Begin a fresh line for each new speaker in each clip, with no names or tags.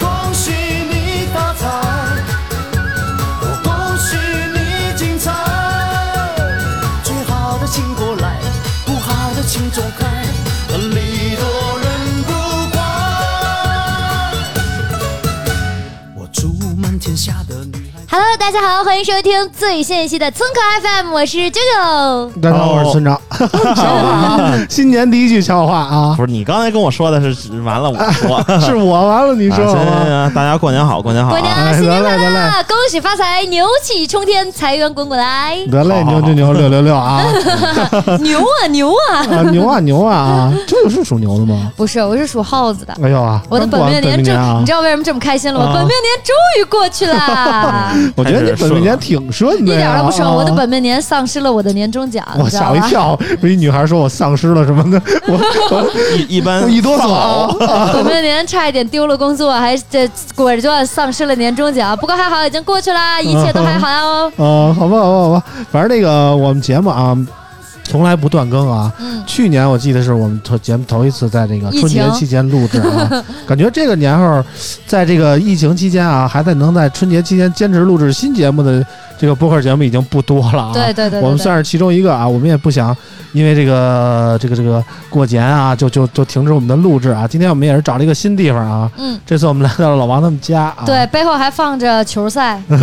恭喜你发财，我恭喜你精彩。最好的请过来，不好的请走开，礼多人不怪。我祝满天下的女孩。
Hello，大家好，欢迎收听最新一期的村口 FM，我是九九。
大家好，我是村长。哦 新年第一句悄话啊，
不是你刚才跟我说的是完了，我说啊
是我完了，你
行
说好
啊
行
吗？
啊行，大家过年好，过年好
过年
啊！
啊，
哎
新年快
得嘞得
乐！恭喜发财，牛气冲天，财源滚滚来！
得嘞，
好好
牛牛牛
好
六六六 啊，
牛啊牛啊！
啊牛啊牛啊啊！这有是属牛的吗？
不是，我是属耗子的。
哎呦啊，
我的本
刚过
命
完
年
本
终，
啊
你知道为什么这么开心了吗？
啊
本命年终于过去了，
我觉得你本命年挺顺的
一
呀，
点都不
啊
爽。我的。本命年丧失了我的年终奖，
我
你知
吓
道
我一
吧？
跳，不是一女孩说我丧失了什么的， 我
一一般
我 一哆 嗦啊，
本命年差一点丢了工作，还这果断丧失了年终奖。不过还好，已经过去了，一切都还好呀哦。
嗯，好吧，好吧，好吧，反正那个我们节目啊，从来不断更啊。
嗯，
去年我记得是我们头节目头一次在这个
疫
春节
情
期间录制 啊，感觉这个年候，在这个疫情期间啊，还在能在春节期间坚持录制新节目的这个播客节目已经不多了啊。
对对对对对，
我们算是其中一个啊，我们也不想因为这个这个这个过节啊，就就就停止我们的录制啊。今天我们也是找了一个新地方啊，
嗯。
这次我们来到了老王他们家啊。
对，背后还放着球赛，
对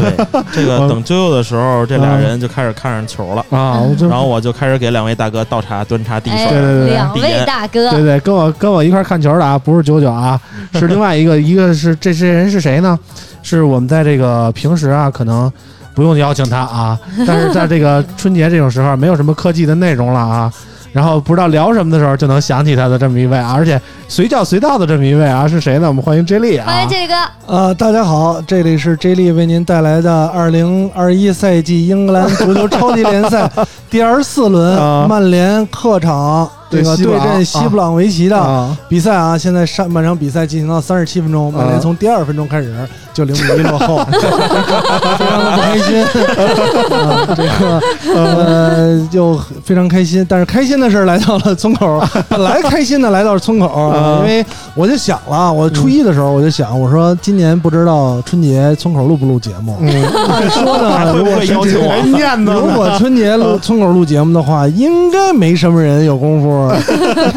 这
我
个等舅舅的时候，这俩
嗯
人就开始看上球了，
啊，我就
然后我就开始给两位大哥倒茶、端茶、递
对
水。
对对
哎两位大哥，
对对，跟我跟我一块儿看球的啊，不是九九啊，是另外一个，一个是这这人是谁呢？是我们在这个平时啊，可能不用邀请他啊，但是在这个春节这种时候，没有什么科技的内容了啊。然后不知道聊什么的时候，就能想起他的这么一位啊，而且随叫随到的这么一位啊，是谁呢？我们欢迎 J 莉啊，
欢迎这个
呃，大家好，这里是 J 莉为您带来的2021赛季英格兰足球超级联 赛第二十四轮
啊
曼联客场这个
对西布
对
朗
阵西布朗维奇的
啊，
比赛啊，现在上半场比赛进行到三十七分钟，曼
啊
联从第二分钟开始就零比一落后，非常的不开 心。啊这个呃，就非常开心，但是开心的事儿来到了村口，本来开心的来到了村口，
啊
因为我就想了，我初一的时候我就想，我说今年不知道春节村口录不录节目，按说 呢，
会不
如果
会邀请
还
我？
念呢，
如果春节 录村口录节目的话，应该没什么人有 功夫，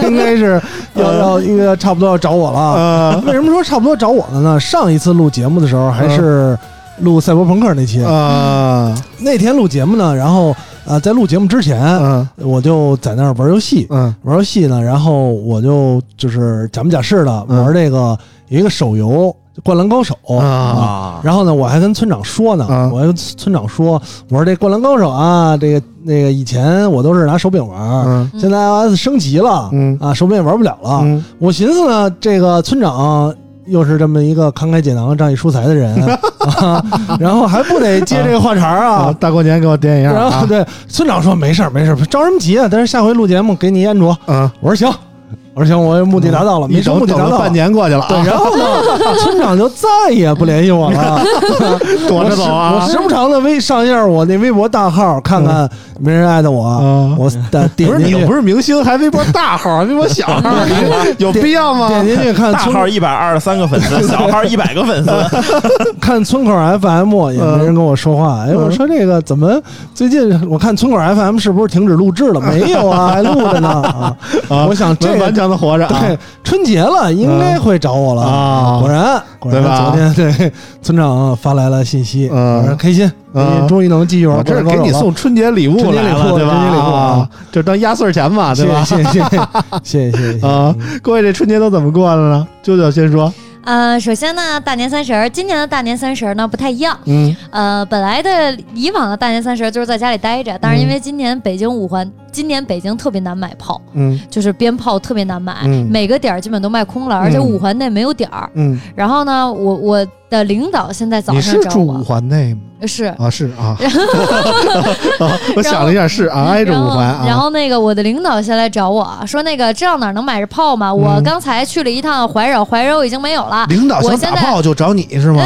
应该是要
嗯
要应该差不多要找我了。
呃
为什么说差不多找我了呢？上一次录节目的时候还是
嗯
录赛博朋克那期，
呃
那天录节目呢，然后呃，在录节目之前，
嗯
我就在那儿玩游戏，
嗯
玩游戏呢，然后我就就是假模假式的
嗯
玩这个有一个手游《灌篮高手》
啊
啊，
然后呢，我还跟村长说呢，
嗯
我还跟村长说，我说这《灌篮高手》啊，这个那个以前我都是拿手柄玩，
嗯
现在、啊、升级了，
嗯
啊，手柄也玩不了了。
嗯
我寻思呢，这个村长又是这么一个慷慨解囊、仗义疏财 的人，啊、然后还不得接这个话茬儿
啊，
啊。
大过年给我点一样
然后
啊，
对村长说没事儿没事儿，着什么急啊？但是下回录节目给你安卓。
嗯，
我说行，我说行，我目的达到了，
一
没
嗯
说
等
目的
等
达
了
到
半。年过去了
对，
啊，
然后呢，村长就再也不联系我了。
躲着走
我
啊嗯
时，我时不常的微上一下我那微博大号，看看没人艾特我，
啊。
我点
不
点
是你
进
又不
去，
是明星，还微博大号，还微博小号， 你有必要吗？
点进去看
大
村
号一百二十三个 粉丝，小号一百个粉丝，
看村口 FM 也
嗯
没人跟我说话。哎，我说这个怎么 最近我看村口 FM 是不是停止录制了？没有啊，还录着呢。啊，
啊
我想这
顽强他们活着啊。
对，春节了，应该会找我了
啊
果然，果然
对，吧
昨天对村长发来了信息，
嗯
我说开心，
嗯
你终于能继续玩
我
儿
这是
灌篮高
给你
手了
送春节礼物
春节礼
来了，
物
对吧？
春节礼物
啊，就当压岁钱嘛，对吧？
谢谢谢谢谢谢谢谢
啊， 各位这春节都怎么过的呢？舅舅先说，
呃，首先呢，大年三十儿，今年的大年三十儿呢不太一样。
嗯，
呃，本来的以往的大年三十儿就是在家里待着，但是因为今年北京五环，今年北京特别难买炮，
嗯，
就是鞭炮特别难买，
嗯
每个点儿基本都卖空了，而且
嗯
五环内没有点儿。
嗯，
然后呢，我我的领导现在早
你
上
是
找
住五
我，
环内吗？
是
啊，是啊， 啊我想了一下，是啊，挨着
然
五
后
环啊，
然后那个我的领导先来找我说，那个知道哪儿能买着炮吗？我
嗯
刚才去了一趟怀柔，怀柔已经没有了。
领导
我
想
现
打
在
炮就找你是吗？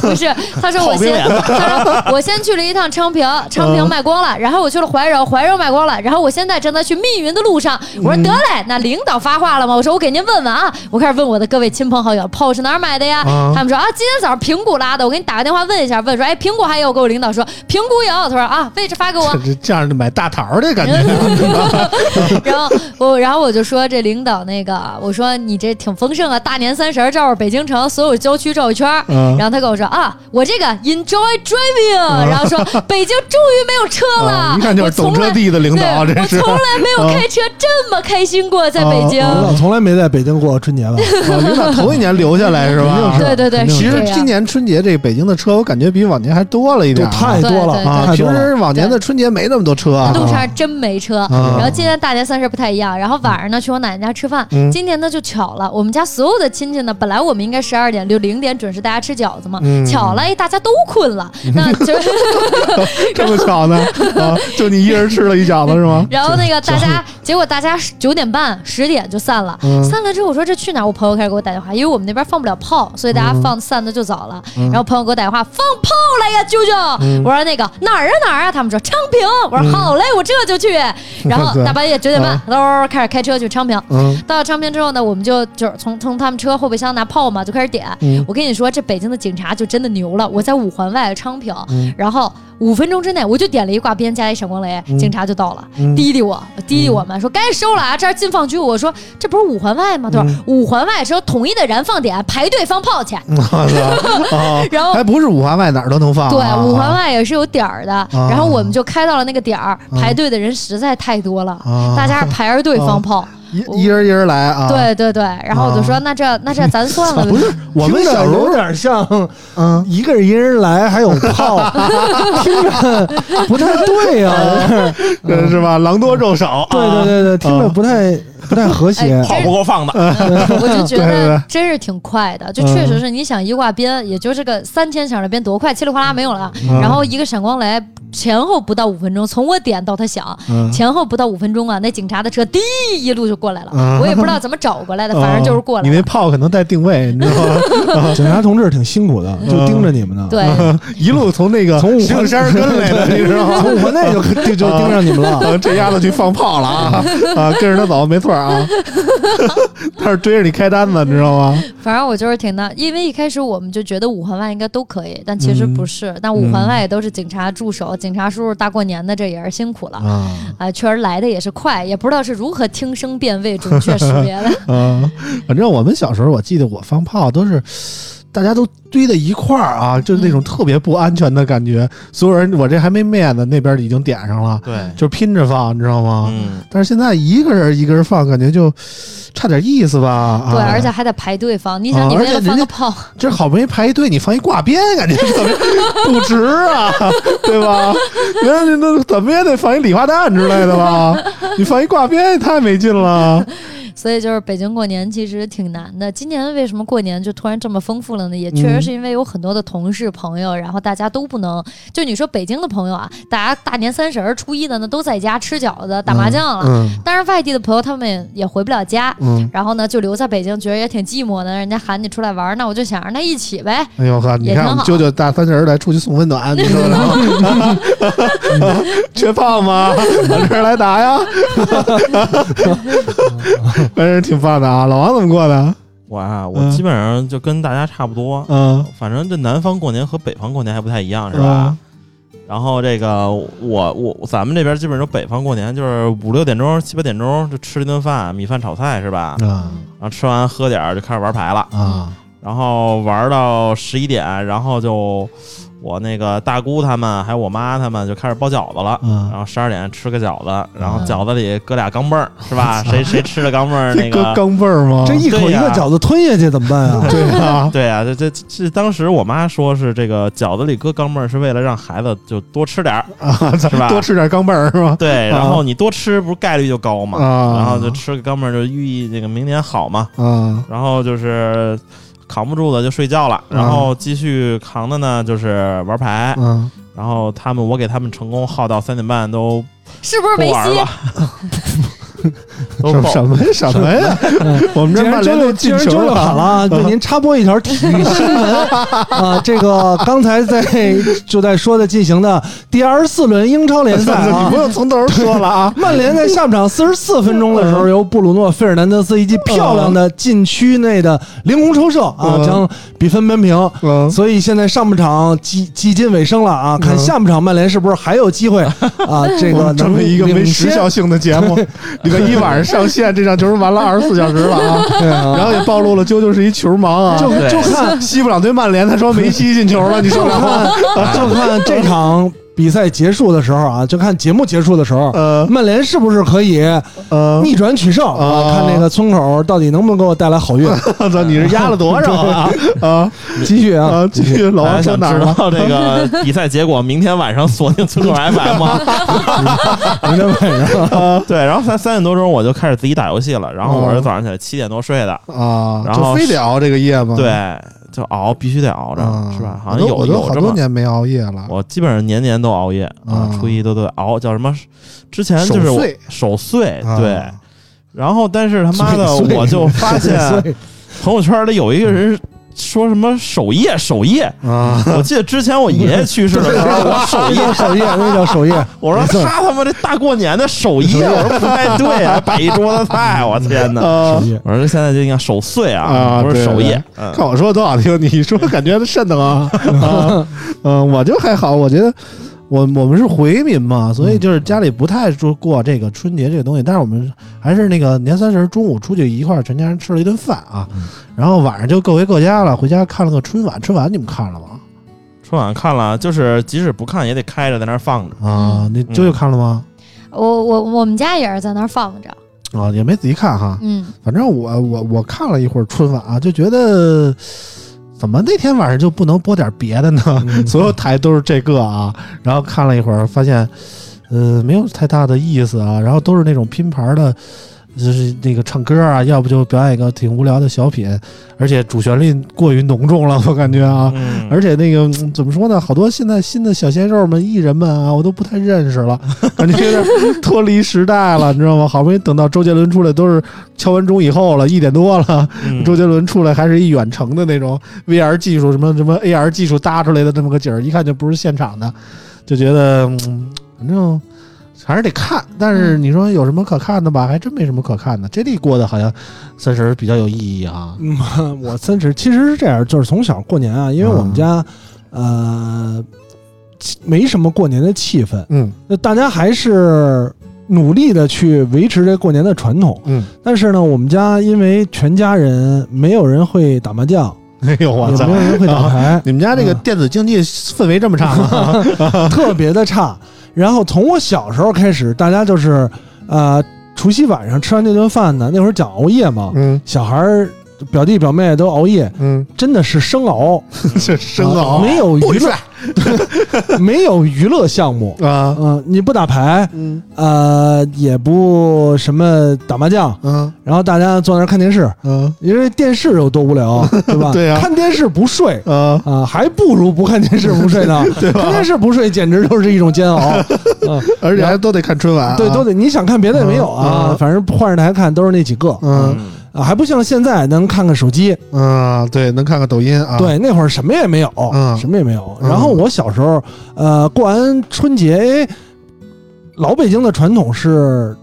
不是，他说我
炮兵
先，
连
他说我先去了一趟昌平，昌平
嗯
卖光了，然后我去了怀柔，怀柔卖光了，然后我现在正在去密云的路上。我说
嗯
得嘞，那领导发话了吗？我说我给您问问啊，我开始问我的各位亲朋好友，炮是哪儿买的呀？
啊
他们说啊，今天早上平谷拉的，我给你打个电话问一下，问说哎平谷还有，给我领导说平谷有，他说啊位置 发给我，
这这这样就买大桃儿的感觉
然后我，然后我就说这领导那个，我说你这挺丰盛啊，大年三十儿绕着北京城所有郊区绕一圈儿。
嗯
然后他跟我说啊，我这个 enjoy driving，、然后说北京终于没有车了，
啊，一看就是懂车帝的领
我从
导啊，
来。对，
这
我
是
从来没有开车这么开心过，在北京。
领
啊
导从来没在北京过春节吧？
啊领导头一年留下 来是吧？
对对对，啊
其实
是这样
今年春节这北京的车，我感觉比往年还多了一
对
点，，
太多了
对对
啊，
太
平
多了。
时往年的春节没那么多车啊，
路上真没车。
嗯
然后今年大年三十不太一样，然后晚上呢去我奶奶家吃饭。
嗯
今年呢就巧了，我们家所有的亲戚呢，本来我们应该十二点就零点准时大家吃饺子嘛，
嗯
巧了，哎大家都困 了，那就
这么巧呢？啊，就你一人吃了一饺子是 吗？
然后那个大家，结果大家九点半、十点就散了。
嗯
散了之后，我说这去哪儿？我朋友开始给我打电话，因为我们那边放不了炮，所以大家放散的就早了。
嗯
然后朋友给我打电话，放炮了呀，舅舅！我说那个哪儿啊哪儿啊？他们说昌平。我
嗯
说好嘞，我这就去。然后
对
大半夜九点半
啊，
嗷嗷嗷开始开车去昌平。
嗯
到了昌平之后呢，我们就就是从从他们车后备箱拿炮嘛，就开始点。
嗯
我跟你说，这北京的警察就真的牛了。我在五环外的昌平，
嗯
然后五分钟之内我就点了一挂鞭加一闪光雷，
嗯
警察就到了，滴滴我，滴滴我们说该收了啊，这儿禁放区。我说这不是五环外吗？他说、
嗯
五环外是由统一的燃放点，排队放炮去。
啊，
然后
还不是五环外哪儿都能放啊，
对，五环
啊
外也是有点儿的，然后我们就开到了那个点儿，排队的人实在太多了，
啊
大家是排着队放炮。
一一人一人来啊，
对对对，然后我就说、
啊
那这那这咱算了 吧，
不是我们
听着
小时候
有点像
嗯。
一个人一人来，还有炮，听着不太 对啊。
呃是吧？狼多肉少，
对对对对，听着不太 不太和谐
哎。
炮不够 放的，
我就觉
对对
得
对嗯
真是挺快的，就确实是你想一挂鞭，也就是个三千响的鞭多快，嘁哩哗啦没有了，啊
嗯
然后一个闪光雷前后不到五分钟，从我点到他响，
嗯
前后不到五分钟啊，那警察的车滴一路就过来了，
嗯哦
我也不知道怎么找 过来的，
啊
反正就是过来
你那
了。
炮可能带定位，你知道吗？
警察同志挺辛苦的，就盯着你们呢。
对，
一路从那个
从五环
石景山跟来的，你知道吗？
从国内就就就盯上你们了。
啊，这丫头去放炮了啊 啊，跟着他走，没错啊。 他是追着你开单子，你知道吗？
反正我就是挺那，因为一开始我们就觉得五环外应该都可以，但其实不是，但五环外也都是警察驻守，警察叔叔大过年的这也是辛苦了。
啊
啊，确实来的也是快，也不知道是如何听声辨位、准确识别 的。
啊，反正我们小时候，我记得我放炮都是。大家都堆在一块儿啊，就是那种特别不安全的感觉。所有人，我这还没面子，那边已经点上了，
对，
就拼着放，你知道吗？
嗯，
但是现在一个人一个人放，感觉就差点意思吧。啊
对，而且还得排队放。你
啊
想，你
而
为
且
了
人
放
家
个炮，
这好不容易排一队，你放一挂鞭，感觉特别不值啊， 对吧？那那那怎么也得放一礼花弹之类的吧？你放一挂鞭也太没劲了。
所以就是北京过年其实挺难的。今年为什么过年就突然这么丰富了呢？也确实
嗯
是因为有很多的同事朋友，然后大家都不能。就你说北京的朋友啊，大家大年三十儿、初一的呢都在家吃饺子、打麻将了。
嗯
但是外地的朋友他们也也回不了家，
嗯，
然后呢就留在北京，觉得也挺寂寞的。人家喊你出来玩儿，那我就想着那一起呗。
哎呦呵，你看我们舅舅大三十儿来出去送温暖，你说呢？ 缺炮吗？往这儿来打呀！反正挺棒的啊。老王怎么过的？
我啊，我
嗯
基本上就跟大家差不多，
嗯
反正这南方过年和北方过年还不太一样，是
嗯
吧？然后这个我我咱们这边基本上北方过年就是五六点钟七八点钟就吃一顿饭，米饭炒菜是吧？
啊
然后吃完喝点儿就开始玩牌了，
啊
然后玩到十一点，然后就我那个大姑他们还有我妈他们就开始包饺子了。然
啊！
后十二点吃个饺子，然后
嗯
饺子里搁俩钢镚儿，是吧？ 谁谁吃的钢镚儿那
这
个
个钢镚儿吗？
这一口一个饺子吞下去怎么办啊？
对 啊，
对啊，这这这当时我妈说是这个饺子里搁钢镚儿是为了让孩子就多吃点儿，
啊，咱
是吧
多吃点钢镚儿是吧？
对，
啊
然后你多吃不是概率就高嘛，
啊
然后就吃个钢镚儿就寓意这个明年好嘛，
啊
然后就是扛不住的就睡觉了，然后继续扛的呢就是玩牌，
啊！
然后他们我给他们成功耗到三点半都
是不是
不
梅
玩
西
了？， 都
什么
爆
什么什么呀？我们
既
这
然
曼
周
联
六
都
既
进
然
球
周 六喊了，啊，为您插播一条体育新 闻啊，这个刚才在 就在说的进行的第二十四轮英超联赛
你
啊
不。用从头说了啊！
曼联在下半场四十四分钟的时候，由布鲁诺·费尔南德斯一记漂亮的禁区内的凌空抽射啊，
嗯
将比分扳平。
嗯
所以现在上半场几几近尾声了啊，看
嗯
下半场曼联是不是还有机会 啊？这
我
个
们这么
能
一个没
领
时
先
效性的节目，礼拜一晚上上线，这场球完了二十四小时了啊！
对啊
然后也暴露了啾啾是一球盲啊！
就
对
就看
西布朗对曼联，他说梅西进球了，你说
就
啥 话？
看就看这场比赛结束的时候啊，就看节目结束的时候，
呃
曼联是不是可以
呃，
逆转取胜啊？
啊
看这个村口到底能不能给我带来好运？
我操，你是压了多少啊？啊
继续啊
啊！，继续，老
大家
王说
想
哪儿
知
了？
道这个比赛结果， 明天晚上锁定村 口 FM 吗？
明天晚上
对，然后三三点多钟我就开始自己打游戏了，然后我是
嗯
早上起来七点多睡的，
啊，
然
就
后
非得熬这个夜吗？
对，就熬必须得熬着，
啊，
是吧？
嗯
好
我
像
都
有
我都
有
好
这
多
么，
年没熬夜 了。
我基本上年年都熬夜啊
啊，
初一都得熬，叫什么？之前就是
守
我
岁
守岁，
啊
对。然后，但是他妈的，
所以
我就发现
啊
所以
朋友圈里有一个人说什么守夜守夜，
啊，
我记得之前我爷爷去世的 时 候，我守
那
夜
叫守夜，那叫守 夜。
我说他他妈这大过年的 守夜，我说不太对啊，摆一桌子菜，我天哪！
啊
守夜
我说现在就应该守岁啊，
啊
不是
对
守夜。
看我说的多好听，你说感觉瘆得慌。啊嗯，我就还好，我觉得我我们是回民嘛，所以就是家里不太说过这个春节这个东西，但是我们还是那个年三十中午出去一块儿全家人吃了一顿饭啊，然后晚上就各回各家了，回家看了个春晚，春晚你们看了吗？
春晚看了，就是即使不看也得开着在那儿放着。
啊，你舅舅看了吗？
我我我们家也是在那儿放着，
啊，也没仔细看哈，
嗯，
反正我我我看了一会儿春晚啊，就觉得怎么那天晚上就不能播点别的呢？ 所有台都是这个啊。然后看了一会儿，发现呃没有太大的意思啊。然后都是那种拼盘的，就是那个唱歌啊，要不就表演一个挺无聊的小品，而且主旋律过于浓重了，我感觉啊。
嗯
而且那个嗯怎么说呢？好多现在新的小鲜肉们、艺人们啊，我都不太认识了，感觉有点脱离时代了，你知道吗？好不容易等到周杰伦出来，都是敲完钟以后了，一点多了，
嗯
周杰伦出来还是一远程的那种 VR 技术，什么什么 AR 技术搭出来的这么个景儿，一看就不是现场的，就觉得嗯，反正。还是得看，但是你说有什么可看的吧，还真没什么可看的。这里过得好像三十比较有意义啊。
嗯， 我三十其实是这样，就是从小过年啊，因为我们家呃没什么过年的气氛，
嗯
那大家还是努力的去维持这过年的传统。
嗯，
但是呢，我们家因为全家人没有人会打麻将，
哎呦我
也
操
没！有人会打牌，
你们家这
嗯
个电子竞技氛围这么差吗？
特别的 差。然后从我小时候开始，大家就是呃，除夕晚上吃完这顿饭呢，那会儿讲熬夜嘛，
嗯
小孩儿表弟表妹都熬夜，
嗯，
真的是生熬，
这生
啊
熬
没有 娱乐，没有娱乐项目。
啊，
嗯、你不打牌，
嗯
呃，也不什么打麻将，
嗯
然后大家坐那儿看电视，
嗯
因为电视有多 无聊，对吧？
对啊
看电视不睡
啊，
啊、还不如不看电视不睡 呢。看电视不睡简直就是一种煎熬。嗯，
而且还都得看春啊晚啊，
对，都得你想看别的也没有啊，
嗯嗯
反正换着台看都是那几个
嗯
嗯
啊，还不像现在能看看手机。
嗯，对，能看看抖音啊，
对，那会儿什么也没有，
嗯
什么也没有。
嗯
然后我小时候，呃，过完春节，哎老北京的传统是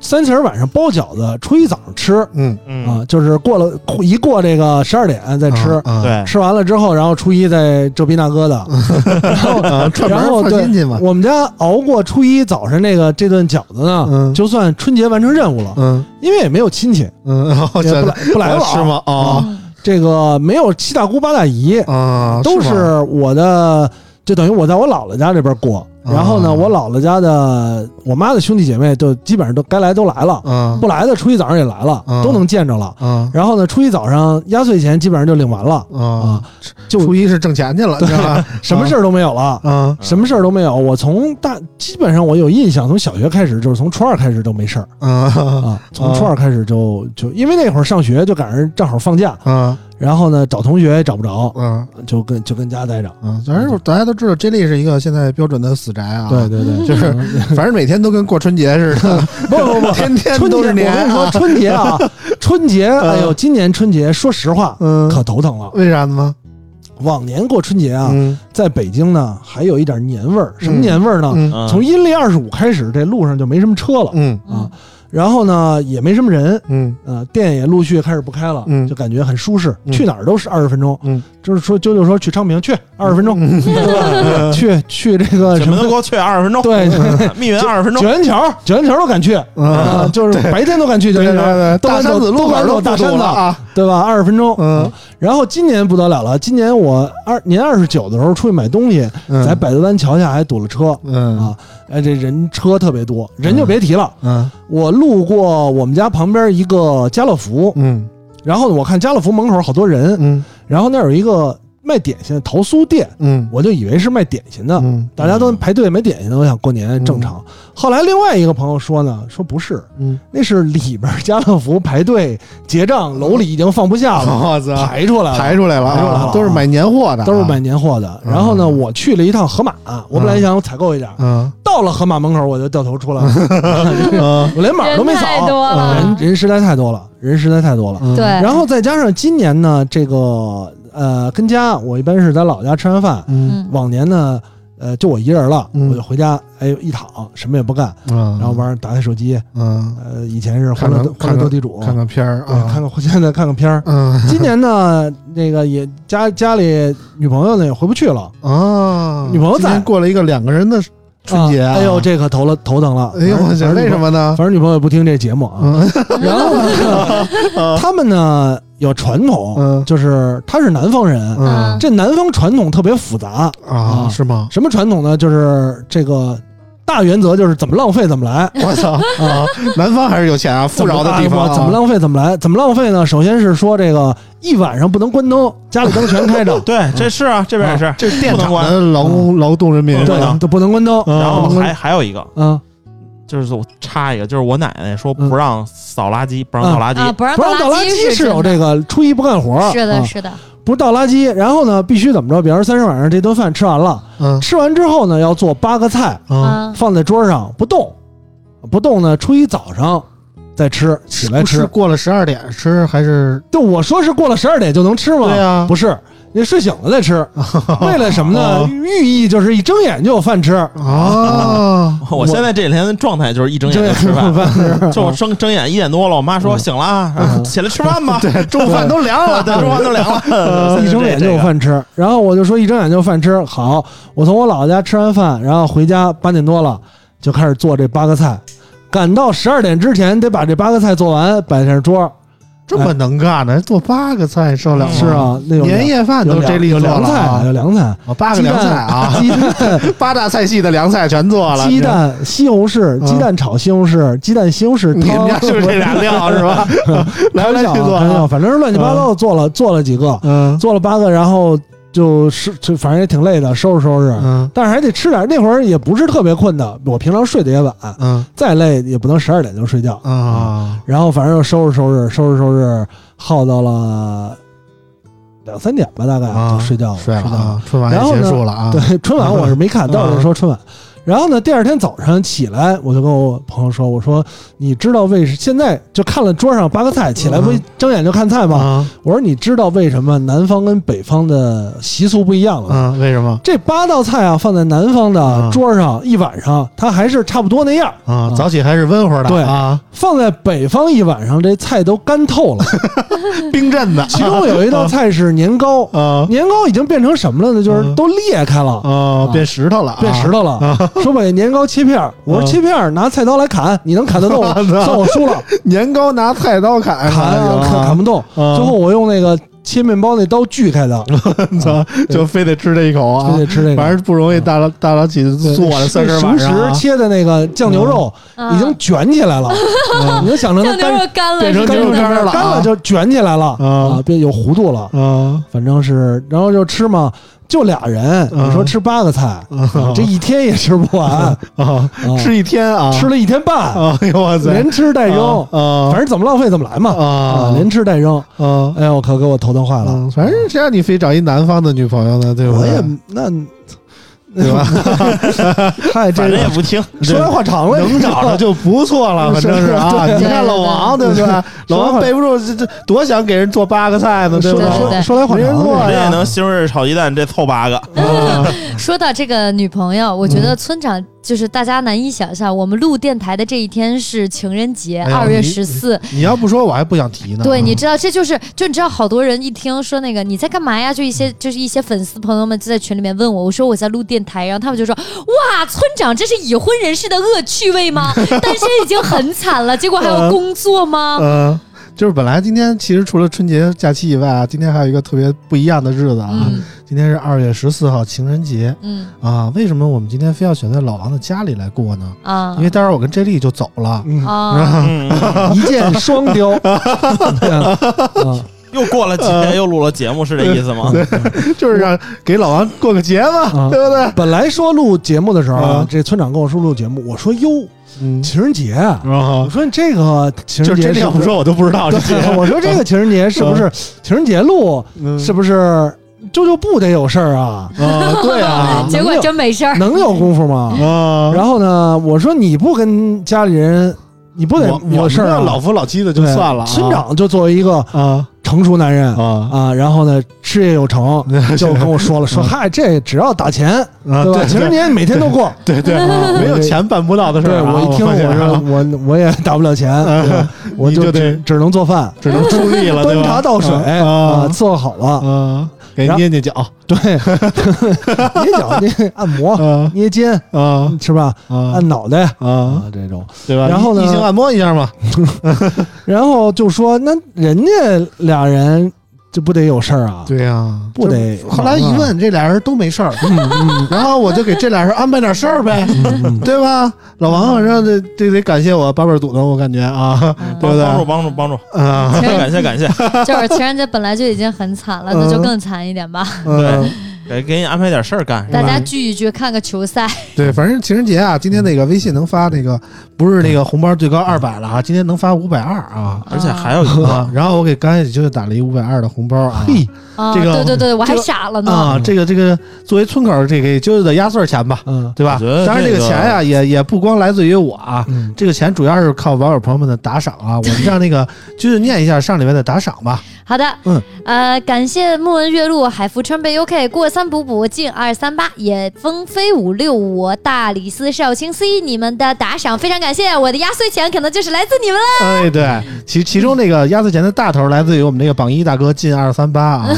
三十晚上包饺子，初一早上吃
嗯，
嗯，
啊，就是过了一过这个十二点再吃。
啊，
对，
吃完了之后，然后初一再这逼那哥的，
嗯啊串门
然
儿
后
串
对
亲戚嘛，
我们家熬过初一早上那个这顿饺子呢，
嗯
就算春节完成任务了，
嗯
因为也没有亲戚，
嗯，然后
也
觉
不
得
来不来
啊
往，
是？吗？啊
这个没有七大姑八大姨，
啊，
嗯都
是吗
是我的，就等于我在我姥姥家这边过。然后呢，
啊
我姥姥家的我妈的兄弟姐妹就基本上都该来都来了，
啊
不来的初一早上也来了，
啊
都能见着了。
啊
然后呢，初一早上压岁钱基本上就领完了，
啊
啊，就
初一是挣钱去了，你知道吧？
什么事儿都没有了。
啊
什么事儿都没有，我从大基本上我有印象，从小学开始就是从初二开始就没事儿
啊
啊，从初二开始就就因为那会儿上学就赶上正好放假，
啊
然后呢找同学也找不着，
啊
就跟就跟家待着。
啊！反正大家都知道，J 莉是一个现在标准的死宅啊，
对，对对，
就是
啊
反正每天都跟过春节似 的，
不不不，
天天
春节
都是年
我跟你
啊
说，，春节啊，春节，哎呦，今年春节，说实话，
嗯，
可头疼了。
为啥呢？
往年过春节啊，
嗯
在北京呢，还有一点年味儿。什么年味儿呢？
嗯
嗯
从阴历二十五开始，这路上就没什么车了，
嗯
啊然后呢，也没什么人，
嗯
呃，店也陆续开始不开了，
嗯
就感觉很舒适，
嗯
去哪儿都是二十分钟。
嗯，
就是说，舅舅说去昌平去二十分钟， 对吧去去这个
什
什
么
么
都给我去二十分钟，
对，
密云二十分
九
钟，，
元桥九元桥都敢去啊，就是白天都敢去九
对
元
对
桥。
对，
都
大
敢
山
走
子路
都
口
敢
都
走大
不堵
山
了
子
啊，
对吧？二十分钟，
嗯，
然后今年不得了了，今年我二年二十九的时候出去买东西，
嗯
在百子湾桥下还堵了车，
嗯
啊，哎，这人车特别多，人就别提了。
嗯
我路过我们家旁边一个家乐福，
嗯
然后我看家乐福门口好多人，
嗯
然后那儿有一个卖点心的桃酥店，
嗯
我就以为是卖点心的，
嗯
啊大家都排队买点心的，我想过年正常。后来另外一个朋友说呢，说不是，
嗯，
那是里边家乐福排队结账，楼里已经放不下了，
我操，
啊排出来了，
哦排出来了
排出来
啊，
了
都是买年货的啊，
都是买年货的。然后呢，
嗯
我去了一趟盒马，我本来想采购一点，
嗯
到了盒马门口我就掉头出来了，
嗯
我连码都没
人太
扫，
多了，
人人实在太多了，人实在太多了。
嗯
对，
然后再加上今年呢，这个呃，跟家我一般是在老家吃完饭，
嗯
嗯
往年呢，呃，就我一人了，
嗯
我就回家，哎呦一躺什么也不干，
嗯，
然后玩儿打开手机，
嗯，
呃，以前是欢
看看
乐欢乐斗地主，
看看片儿
对
啊，
看看现在看看片儿。
嗯
今年呢，那个也家家里女朋友呢也回不去了，
啊，
女朋友
今天
在
过了一个两个人的春节啊，
哎呦，这可头了头疼了。
哎呦，我
反
去，
正
为什？么呢
反？正女朋友也不听这节目啊。
嗯
然后呢， 他们呢有传统，
嗯
就是他是南方人，
嗯
这南方传统特别复杂。
啊，
啊
是吗？
什么传统呢？就是这个大原则就是怎么浪费怎么来。
我操啊！南方还是有钱啊， 富饶的地方啊，
怎么浪费怎么来？怎么浪费呢？首先是说这个一晚上不能关灯，家里灯全 开着
对，这是啊，这边也是，
这是电啊
不
厂
能关
的劳工劳动人民是
不
吧
能
对，？都不能关灯。
嗯
然后还还有一个，
嗯，
就是我插一个，就是我奶奶说
嗯
不让扫垃圾，不让倒垃圾
啊，，不让
不让倒垃
垃
圾
是
是有
真
这个初一不干活，
的，是
啊
的，是的，
不倒垃圾，然后呢，必须怎么着？比方说三十晚上这顿饭吃完了，
嗯
吃完之后呢，要做八个菜，
啊，
啊，
放在桌上不动，不动呢，初一早上再吃，起来
是
吃。
过了十二点吃还是
就我说是过了十二点就能吃吗？
对啊呀
不是，你睡醒了再吃。为了什么呢？
哦
寓意就是一睁眼就有饭吃，
啊？
我现在这两天状态就是一睁眼
睁
就
眼就
吃
有
饭，
饭吃。
就我睁睁眼一点多了，我妈说醒了啊，然后起来吃饭吧， 对，
中午饭都凉了，
中饭都凉
呃
了，
呃嗯一睁眼就有饭吃，然后我就说一睁眼就有饭吃。好，我从我姥姥家吃完饭，然后回家八点多了，就开始做这八个菜，赶到十二点之前得把这八个菜做完，摆上桌。
这么能干呢？做八个菜受了吗？
是，啊，那有
年夜饭
有
都
凉
这里
有
做
凉
了
菜啊，有
啊，
凉菜，
哦八个
鸡蛋
凉菜啊，
鸡蛋。
八大菜系的凉菜全做了。
鸡蛋西红柿，
嗯
鸡蛋炒西红柿，鸡蛋西红柿
你们
汤
家，就是这俩料是吧？来
开
来
玩
去
笑啊
做
开玩笑
啊，
反正是乱七八糟的做了做了几个，
嗯
做了八个，然后就是就反正也挺累的，收拾收拾，
嗯
但是还得吃点。那会儿也不是特别困的，我平常睡得也晚，
嗯
再累也不能十二点就睡觉。
啊
然后反正又收拾收拾，收拾收拾，耗到了两三点吧，大概
啊，
就睡觉了，
睡了
睡觉了。
啊，春晚
然后
也
呢
结束了啊，
对，春晚我是没看，
嗯
到时候说春晚。然后呢，第二天早上起来，我就跟我朋友说：“我说你知道为什现在就看了桌上八个菜，起来不
嗯
睁眼就看菜吗？
啊
我说你知道为什么南方跟北方的习俗不一样了吗？
啊，为什么
这八道菜啊，放在南方的
啊
桌上一晚上，它还是差不多那样；
啊？早起还是温和的，
对
啊，
放在北方一晚上，这菜都干 透了。
冰镇的，
其中有一道菜是年糕，
啊
年糕已经变成什么了呢？就是
嗯
都裂开了。
啊，变石头了啊，
变石头了，说把年糕切片儿，我说
啊
切片儿，拿菜刀来砍，你能砍得动 吗？算我输了，
年糕拿菜刀砍
砍啊砍砍不动，
啊
最后我用那个切面包那刀锯开的，
不操，啊就非得吃这一口啊
就！得吃这个。
反正不容易，大老大老起
对
做了三十
熟
晚上
食
啊
切的那个酱牛肉
嗯
已经卷起来了，
啊
你就想成它
酱牛
干
肉干了，
变成
是吧
牛肉干了啊
干了就卷起来了
嗯
啊，变有弧度了。
啊
反正是，然后就吃嘛，就俩人，
嗯
你说吃八个菜，啊这一天也吃不完，
啊！吃一天啊，
吃了一天半，
啊！哎呦我塞，
连吃带扔，
啊，
反正怎么浪费怎么来嘛，
啊
连吃带扔。
啊，
哎呦，可给我头疼坏了
嗯，，反正谁让你非找一南方的女朋友呢？对不
我
对？
也那，
对吧？
嗨，这
反正也
个
不听，
说来话长了，
能找着就不错了，反正是啊。
是
你看老王对不对？老王背不住，这这多想给人做八个菜 呢，对
说
不
对
来
对
说
对
说来话
没人
长
做
了，
人
呀
也能西红柿炒鸡蛋，这凑八个。
啊
说到这个女朋友，
嗯
我觉得村长就是大家难以想象，我们录电台的这一天是情人节，
哎呀
二月
你
十四。
你要不说，我还不想提呢。
对，
嗯
你知道，这就是就你知道，好多人一听说那个你在干嘛呀，就一
嗯
些就是一些粉丝朋友们就在群里面问我，我说我在录电台，然后他们就说哇，村长这是已婚人士的恶趣 味吗？单身已经很惨了，结果还要工作吗？
嗯，就是本来今天其实除了春节假期以外啊，今天还有一个特别不一样的日子啊，
嗯
今天是二月十四号情人节
嗯
啊。为什么我们今天非要选在老王的家里来过呢？
啊
因为待会儿我跟 J 莉就走了。
嗯
啊，
嗯，
一箭双雕。对啊啊
又过了几天，又录了节目，是这意思
嗯
吗？
就是让给老王过个节嘛，
啊
对不对？
本来说录节目的时候啊
啊，
这村长跟我说录节目，我说哟，
嗯，
情人节啊，
然后
我说你这个情
就
人
是 J
节
莉
是
要
不
不
是？
说我都不知道这节
对我说这个情人节是不是情人节录？
嗯
是不是舅舅不得有事儿啊？，
啊，对啊
结果真没事儿。
能有功夫吗？
啊，
然后呢，我说你不跟家里人，你不得
我我
有事
们
儿啊
这老夫老妻的就
对
算了啊，
村长就作为一个
啊
成熟男人
啊
啊，然后呢，事业有成，就跟 我说了，说
嗯
嗨，这只要打钱，
啊，
对吧？
对
情人节每天都过。
对 对，
啊
没有钱办不到的事
对
儿啊。
我一听，
发现
我
啊 嗯
说我我也打不了钱，对吧我
你就得
只只能做饭，
只能出力了，对
端
吧？
茶倒水啊，
啊
伺候好了，
啊，给捏捏脚
对，捏脚、捏按摩、
啊
捏肩
啊
是吧？
啊
嗯按脑袋
啊，
啊这种，
对吧？
然后呢
异性按摩一下嘛，
然后就说那人家俩人就不得有事儿啊？
对呀，
不得啊
后来一问，这俩人都没事儿，
嗯
然后我就给这俩人安排点事儿呗，对吧？老王，反正这这得感谢我八辈儿祖宗，我感觉啊， 对
帮
不对？
帮助帮助帮助，
啊，
感谢感谢，
嗯就是情人节本来就已经很惨了，那就更惨一点吧。
嗯
给给你安排点事儿干。
大家聚一聚，看个球赛。
对，反正情人节啊，今天那个微信能发那个不是那个红包最高二百了啊，今天能发五百二啊。
而且还有一个，
啊，然后我给甘姐就打了一五百二的红包啊，
嘿
啊，
这个
对对对，我还
这个
傻了呢。
啊，这个这个作为村口儿这个也就得压岁儿钱吧，
嗯
对吧
我觉得？
当然，这个
这个
钱呀、也也不光来自于我啊，
嗯，
这个钱主要是靠网友朋友们的打赏啊。我们让那个君君念一下上礼拜的打赏吧。
好的，
嗯，
呃，感谢木文月露、海福川贝 UK、过三补补、进二三八、野风飞舞六五、大理寺少卿 C 你们的打赏，非常感谢！我的压岁钱可能就是来自你们了。
哎，对，其其中那个压岁钱的大头来自于我们这个榜一大哥进二三八 啊，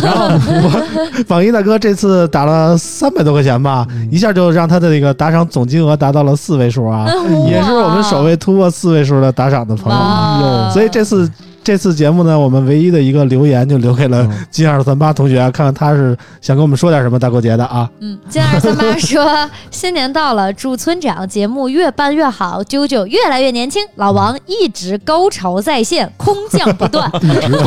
然后我榜一大哥这次打了三百多块钱吧，
嗯
一下就让他的那个打赏总金额达到了四位数啊，
哇
也是我们首位突破四位数的打赏的朋友
哇
啊，所以这次。这次节目呢，我们唯一的一个留言就留给了
嗯
金二三八同学，看看他是想跟我们说点什么大过节的啊。
嗯，进二三八说新年到了，祝村长节目越办越好，啾啾越来越年轻，老王一直高潮在线，空降不 断。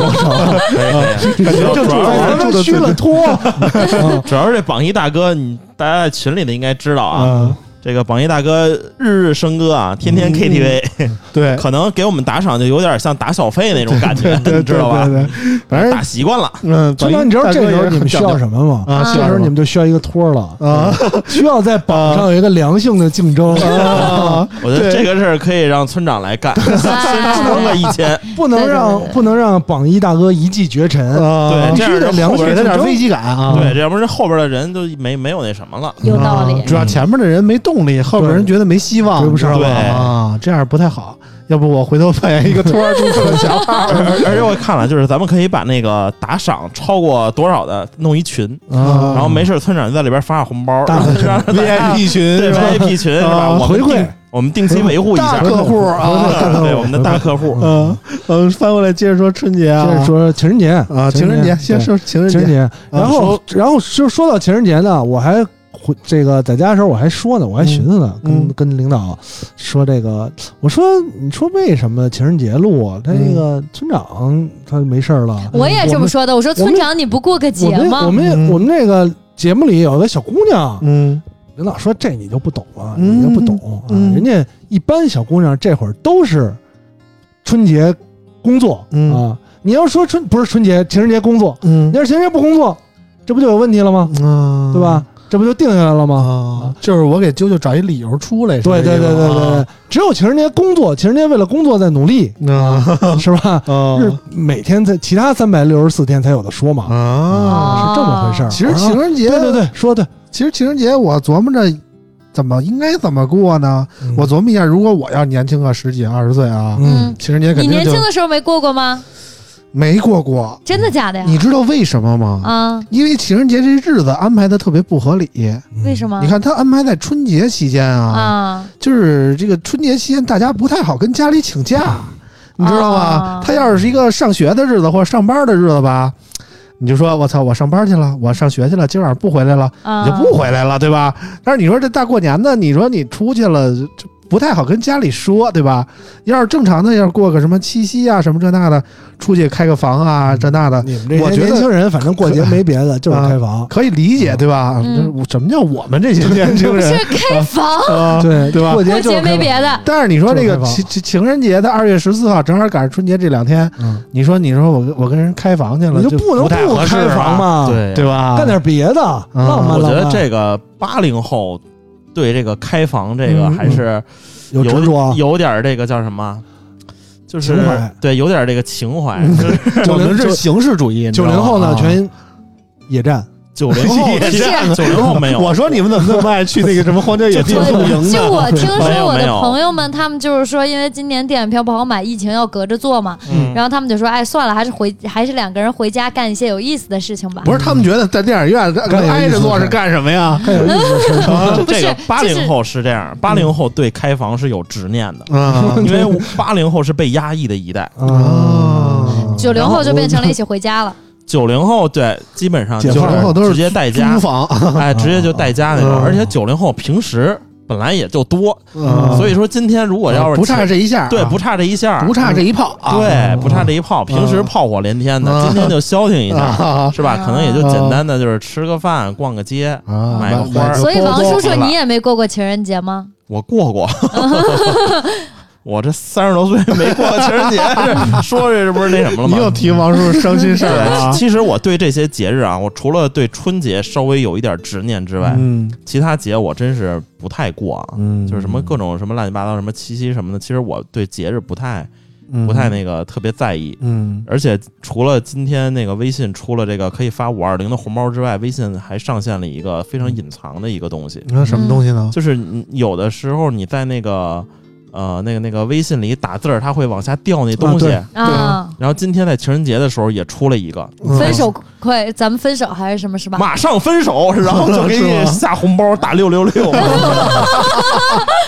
可以可以
感觉正
主
住
要
了
是
王住的
虚了脱，
主要是这榜一大哥，你大家在群里的应该知道啊，
啊，
这个榜一大哥日日笙歌啊，天
嗯
天 KTV，、
对，
可能给我们打赏就有点像打小费那种感觉，
对
你知道吧？
对对对反正
打习惯了，
嗯，
知道你知道这时候你们需要
么
什么吗？
啊？需
这
要什
时候
么
你们就需要一个托了，
啊
需要在榜上有一个良性的竞争，
啊，
我觉得
对
这个事儿可以让村长来干， 先充个一千，
不能让
对对对对
不能让榜一大哥一骑绝尘。
啊
对，
必
这
须
样
得
就
良
后
给
边
他
的
点
人
危机感啊。
对，这要不然后边的人都没没有那什么了。
有道理
啊。主要前面的人没动力，后边人觉得没希望，
追不上
你知道吧
对
啊，这样不太好。要不我回头扮演一个托儿中的想法
而而且我看了，就是咱们可以把那个打赏超过多少的弄一群，
啊
然后没事，村长就在里边发发红包，
大
让 让
，VIP 群
对
是吧
VIP 群是吧？
啊
我们
回馈
定，我们定期维护一
大
下。
客户啊，
对我们的大客户，
嗯嗯，翻过来接着说春节啊，
接着说情人节
啊，情人节先说情人
情人
节，
节，
嗯
然后然后就说到情人节呢，我还回这个在家的时候我还说呢，我还寻思呢，
嗯
跟跟领导说这个，我说你说为什么情人节录啊？他
嗯
那个村长他没事儿了，
我也这么说的，我说村长你不过个
我
节
们我
吗？
们
嗯
我们那个节目里有个小姑娘，
嗯
领导说这你就不懂了，
嗯
你就不懂啊，
嗯
人家一般小姑娘这会儿都是春节工作
嗯
啊，你要说春不是春节情人节工作，
嗯
你要是情人节不工作，这不就有问题了吗？
啊，
对吧？？这不就定下来 了
啊，
吗？
就是我给啾啾找一理由出来，是
对
这
对
意
对
思
对对
吗
对，只有情人节工作，情人节为了工作在努力，
啊
是吧？
啊
是每天在其他三百六十四天才有的说嘛，
啊！
是这么回事儿。
其实
啊
情人节，
对对对，说得对，
其实情人节我琢磨着怎么应该怎么过呢？我琢磨一下，如果我要年轻个十几二十岁啊，
嗯
嗯，
情人节肯
你
定
年
就
轻的时候没过过吗？
没过过。
真的哎假的呀？
你知道为什么吗？
啊？
因为情人节这日子安排的特别不合理。
嗯为什么？
你看，他安排在春节期间啊，
啊，
就是这个春节期间大家不太好跟家里请假，你知道
啊
吗？他要是一个上学的日子或者上班的日子吧，你就说我操，我上班去了，我上学去了，今晚上不回来了。
啊
你就不回来了，对吧？但是你说这大过年的，你说你出去了，就不太好跟家里说，对吧？要是正常的，要是过个什么七夕啊，什么这那的，出去开个房啊，这那的，
你们这
我
些
觉得
年轻人，反正过节
可
没别的，就是开房。
可以理解，对吧？
嗯
这什么叫我们这些年轻
是
人
开 房，
啊？
对
对吧
过
过节就是
节没
开房。
别 的。
但是你说这
就是开
个
房
情情情人节的二月十四号，正好赶上春节这两天，
嗯，
你说你说我跟我跟人开房去了，
你
就
就不能
太
不
合适
开
啊
房，嘛？，
对
对吧？
干点别的，浪漫
我
浪漫。
觉得这个八零后对这个开房这个
嗯
还是
有执
啊
着，
有点儿这个叫什么，就是
情怀
对，有点儿这个情怀。
嗯
就是
九
我
零
们是形式主义，你知
九
道吗
零后呢
啊
全野战，
九零 后
也
其
这
实，九零后没有。
我说你们怎么那么爱去那个什么荒郊野地露营
我
呢？
就我听
没有
说我
没
的
有
朋友们，他们就是说，因为今年电影票不好买，疫情要隔着做嘛，
嗯
然后他们就说，哎，算了，还是回，还是两个人回家干一些有意思的事情吧。
不是他们觉得在电影院
干有意思
挨着坐是干什么呀？
太有意思了。
啊
不
这
是
个八
就
零
是
后是这样，八零后对开房是有执念的，
啊
因为八零后是被压抑的一代，
嗯
啊！
九零后就变成了一
些
起回 家了。
九零后对基本上
解
就
放
90后都是
直接带家
租，房，
哎，直接就带家那种。
嗯
而且九零后平时本来也就多，
嗯
所以说今天如果要是
不差这一下啊，
对不差这一下，
不差这一炮啊！
对，不差这一炮，平时炮火连天的，
嗯
今天就消停一下，
啊
是吧？可能也就简单的就是吃个饭、逛个街。
啊
买个花儿
所以王叔叔，
包包
你也没过过情人节吗？
我过过，我这三十多岁没过过情人节，这说这不是那什么了
你
吗？
又提王叔叔伤心事儿
对，
啊？
其实我对这些节日啊，我除了对春节稍微有一点执念之外，
嗯
其他节我真是不太过啊。
嗯
就是什么各种什么乱七八糟，什么七夕什么的，其实我对节日不太不太那个特别在意。
嗯
而且除了今天那个微信出了这个可以发五二零的红包之外，微信还上线了一个非常隐藏的一个东西，
你说什么东西呢？
就是你有的时候你在那个呃那个那个微信里打字儿，它会往下掉那东西。
啊
啊，
然后今天在情人节的时候也出了一个，
嗯
分手快，咱们分手还是什么是吧？
马上分手，然后就 给
是吗
你下红包打六六 六，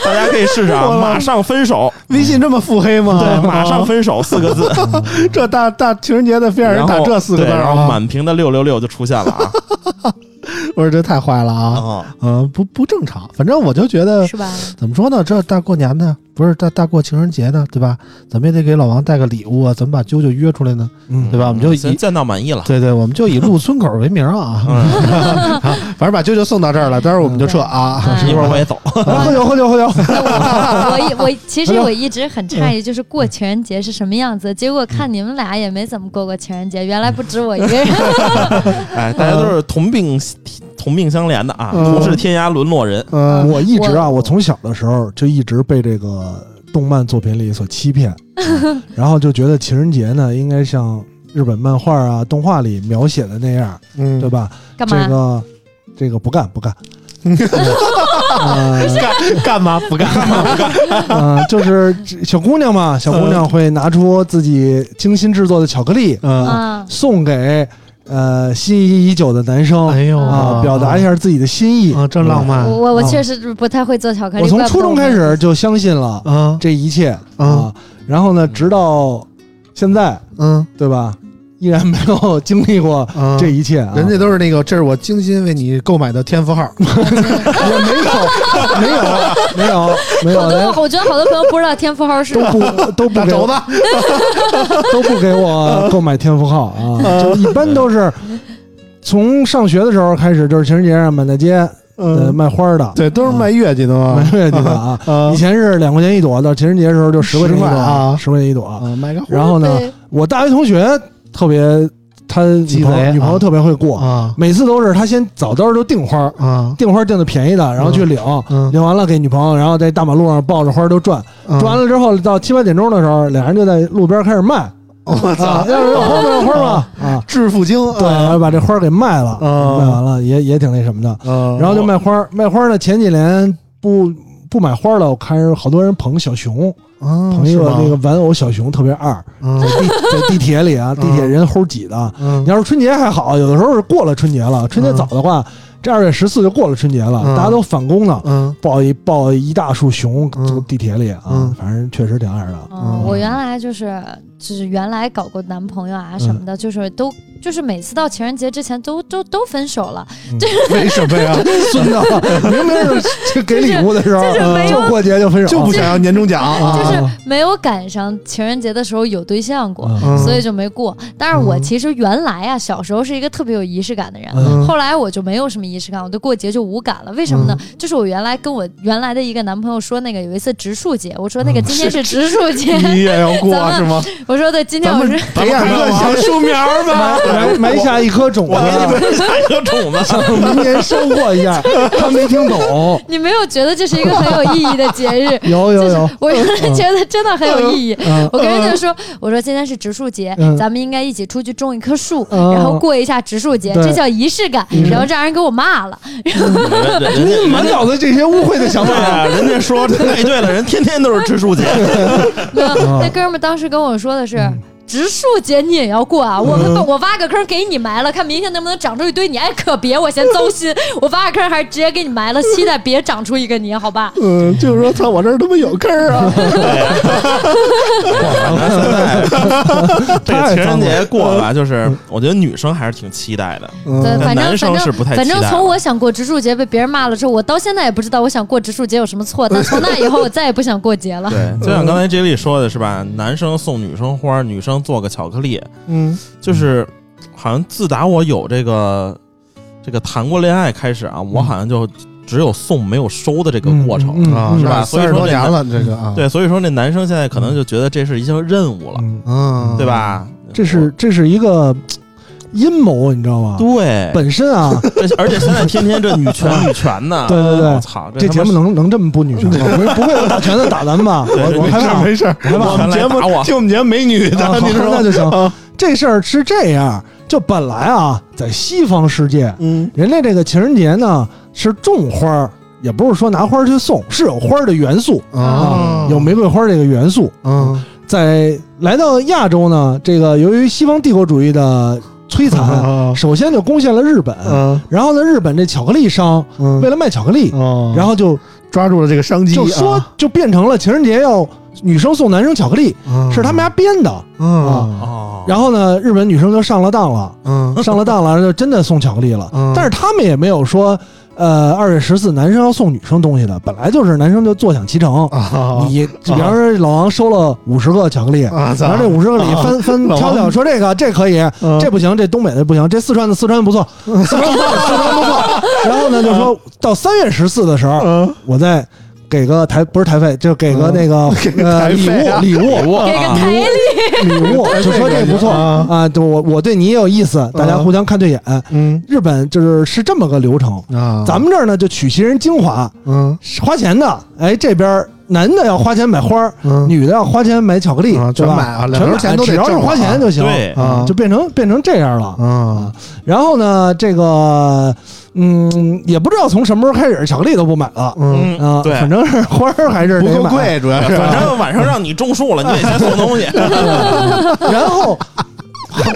大家可以试试啊！马上分手，
微信这么腹黑吗？哦
对，马上分手四个字，
这大大情人节的非让人
然
打
后
这四个字
对
儿
然后
啊！
满屏的六六六就出现了啊！
我说这太坏了啊！
啊
嗯，不不正常，反正我就觉得
是吧？
怎么说呢？这大过年的，不是大大过情人节的，对吧？咱们也得给老王带个礼物啊！怎么把啾啾约出来呢？
嗯
对吧？我们就
行
以
见到满意了。嗯
对对，我们就以陆村口为名啊，反正把啾啾送到这儿了，待会儿我们就撤啊。
对
一会儿我也走。
啊喝酒喝酒喝酒，
我一 我其
哎
实我一直很诧异，就是过情人节是什么样子。结果看你们俩也没怎么过过情人节，原来不止我一个 人。
哎，大家都是同病
嗯
同病相怜的啊，
嗯
同是天涯沦落人。
嗯， 我一直啊，我从小的时候就一直被这个动漫作品里所 欺骗，然后就觉得情人节呢，应该像日本漫画啊、动画里描写的那样，
嗯
对，吧？
干
这
嘛？
个这个不干 不干，呃
干干嘛不干？
呃，就是小姑娘嘛，小姑娘会拿出自己精心制作的巧克力
嗯，
啊，
送给呃心仪已久的男生
哎呦
啊，表达一下自己的心意。
啊，真浪漫
我我我
啊
确实不太会做巧克力。
我从
怪不得
初中开
没
始就相信了
啊，
这一切啊，然后呢，直到现在，
嗯
对吧？依然没有经历过
嗯，
这一切啊，
人家都是那个，这是我精心为你购买的天赋 号，
也没有，没有，没有， 没有，
好
连
多，我觉得好多朋友不知道天赋号是
哎都不都不
大
给
轴
我
子，
都不给我购买天赋号啊，就一般都是从上学的时候开始，就是情人节上满大街呃
嗯，
卖花的，
对，都是卖月季的嘛
卖，月季的啊。
啊
以前是两块钱一朵，到情人节的时候就十块钱一朵
十块啊
十块钱一朵。
啊，卖个
然后呢，
对
我大学同学特别，他女
鸡
朋友
贼
女朋友
啊
特别会过，
啊
每次都是他先早都是都订花，
啊，
订花订的便宜的，然后去领，
嗯
领完了给女朋友，然后在大马路上抱着花都转，
嗯
转完了之后到七八点钟的时候，俩人就在路边开始卖，
我
啊
操，，
要是有花吗？有花吗？ 啊，
致富经，
对，然后把这花儿给卖了，
嗯
卖完了也也挺那什么的，
嗯，
然后就卖花儿，卖花儿呢，前几年不不买花儿了，我看好多人捧小熊，
朋
捧一个啊那个，玩偶小熊特别二，
嗯
在地 在地铁里啊，
嗯
地铁人齁挤的。
嗯
你要是春节还好，有的时候是过了春节了，春节早的话，这二月十四就过了春节了，
嗯
大家都返工呢，
嗯
抱一抱一大束熊
嗯
从地铁里啊
嗯，
反正确实挺二的。
嗯，我原来就是就是原来搞过男朋友啊什
嗯
么的，就是都就是每次到情人节之前都都都分手了，
为什么 呀？
孙子，明明是给礼物的时候，
就是就是没有
就过节就分手，
嗯就不想要年终奖
就
啊，
是没有赶上情人节的时候有对象过，
嗯
嗯
所以就没过。但是我其实原来啊，小时候是一个特别有仪式感的人。
嗯
后来我就没有什么仪式感，我对过节就无感了。为什么呢？
嗯
就是我原来跟我原来的一个男朋友说，那个有一次植树节，我说
嗯
那个今天是植树节，
你也要过
咱们
是吗？
我说对，今天我是
培养个小树苗 吧。
埋埋下一颗种子，
下一
哎
个种子，
明年收获一下。他没听懂，，
你没有觉得这是一个很有意义的节日
有有有，
我原来觉得真的很有意义。
嗯，
我跟人家说，我说今天是植树节
嗯，
咱们应该一起出去种一棵树，
嗯
然后过一下植树节，
对嗯
这叫仪式感。然后让人给我骂了，
人人家
满脑子这些污秽的想
对
法。
啊，人家说哎，对了，人天天都是 植树节，
没有
嗯
那哥们儿当时跟我说的是。植树节你也要过
嗯
啊！我们我挖个坑给你埋了，看明天能不能长出一堆你。哎，可别，我嫌 糟心，我挖个坑还是直接给你埋了，期待别长出一个你，好吧？
嗯，就是说，操，我这儿他妈有坑儿啊！
哎 这个情人节过
嗯
吧，就是我觉得女生还是挺期待的，
对，
但
反正
男
反
生
正
是不太
反
期
正
待
从我想过植树节被别人骂了之后，我到现在也不知道我想过植树节有什么错，但 从那以后我再也不想过节了。
对，就
嗯
像刚才 J 莉说的是吧，男生送女生花，女生做个巧克力，
嗯
就是好像自打我有这个这个谈过恋爱开始啊，我好像就只有送没有收的这个过程。
嗯
啊，
是
是
吧
吧？
所以
三十
说
多
这
年
男
了，这个啊，，
对，所以说那男生现在可能就觉得这是一项任务了，
嗯，
嗯，
对？吧？
这是这是一个阴谋，你知道吗？
对，
本身啊，
这而且现在天天这女权女权呢，
对对对
我操，
这
他
节
妈
目能能这么不女权吗？不不会有打拳的打咱们吧？
对
我我
没
害怕，
没事儿，
我害怕
我们节目
听我们节目美女
啊
的，
好
你知道
那
吗
就行。这事儿是这样，就本来啊，在西方世界，
嗯
人家这个情人节呢是种花儿，也不是说拿花儿去送，是有花儿的元素啊
啊，，
有玫瑰花儿这个元素。
嗯
在来到亚洲呢，这个由于西方帝国主义的摧残，
啊
首先就攻陷了日本，
嗯
然后呢，日本这巧克力商
嗯
为了卖巧克力，
哦，
然后就
抓住了这个商机，
就说
啊
就变成了情人节要女生送男生巧克力，是他们家编的。
嗯
哦，
然后呢，日 本女生就上了当了。
嗯
上了当了，就真的送巧克力了。
嗯
但是他们也没有说，呃，二月十四男生要送女生东西的，本来就是男生就坐享其成。
啊
你比方说老王收了五十个巧克力，
啊，
然
咱
后这五十个里翻翻
老王嗯
挑挑，说这个这可以，这
这
不行，这东北的不行，这四川的四川不 错，四川不错，四川不错。然后呢，就说到三月十四的时候，
嗯
我再给个台不是台费，就给个那 个呃
台
礼
费啊
物 礼物
我
给个台历，
礼物，就说这个不错
啊
啊，就我我对你也有意思，大家互相看对眼。
嗯
日本就是是这么个流程，
啊，
咱们这儿呢就取其人精华，
嗯
花钱的，哎这边儿男的要花钱买花儿，
嗯
女的要花钱买巧克力，
啊全
对吧？
买啊两
全
头
买
钱都得
只要是
挣啊
花钱就行，
对
啊
就变成变成这样了。
啊
然后呢，这个嗯，也不知道从什么时候开始，巧克力都不买了。
嗯，
嗯
啊，
对，
反正是花儿还是
不
得
够
买。
贵，主要是
反正晚上让你种树了，你得先送东西。
然后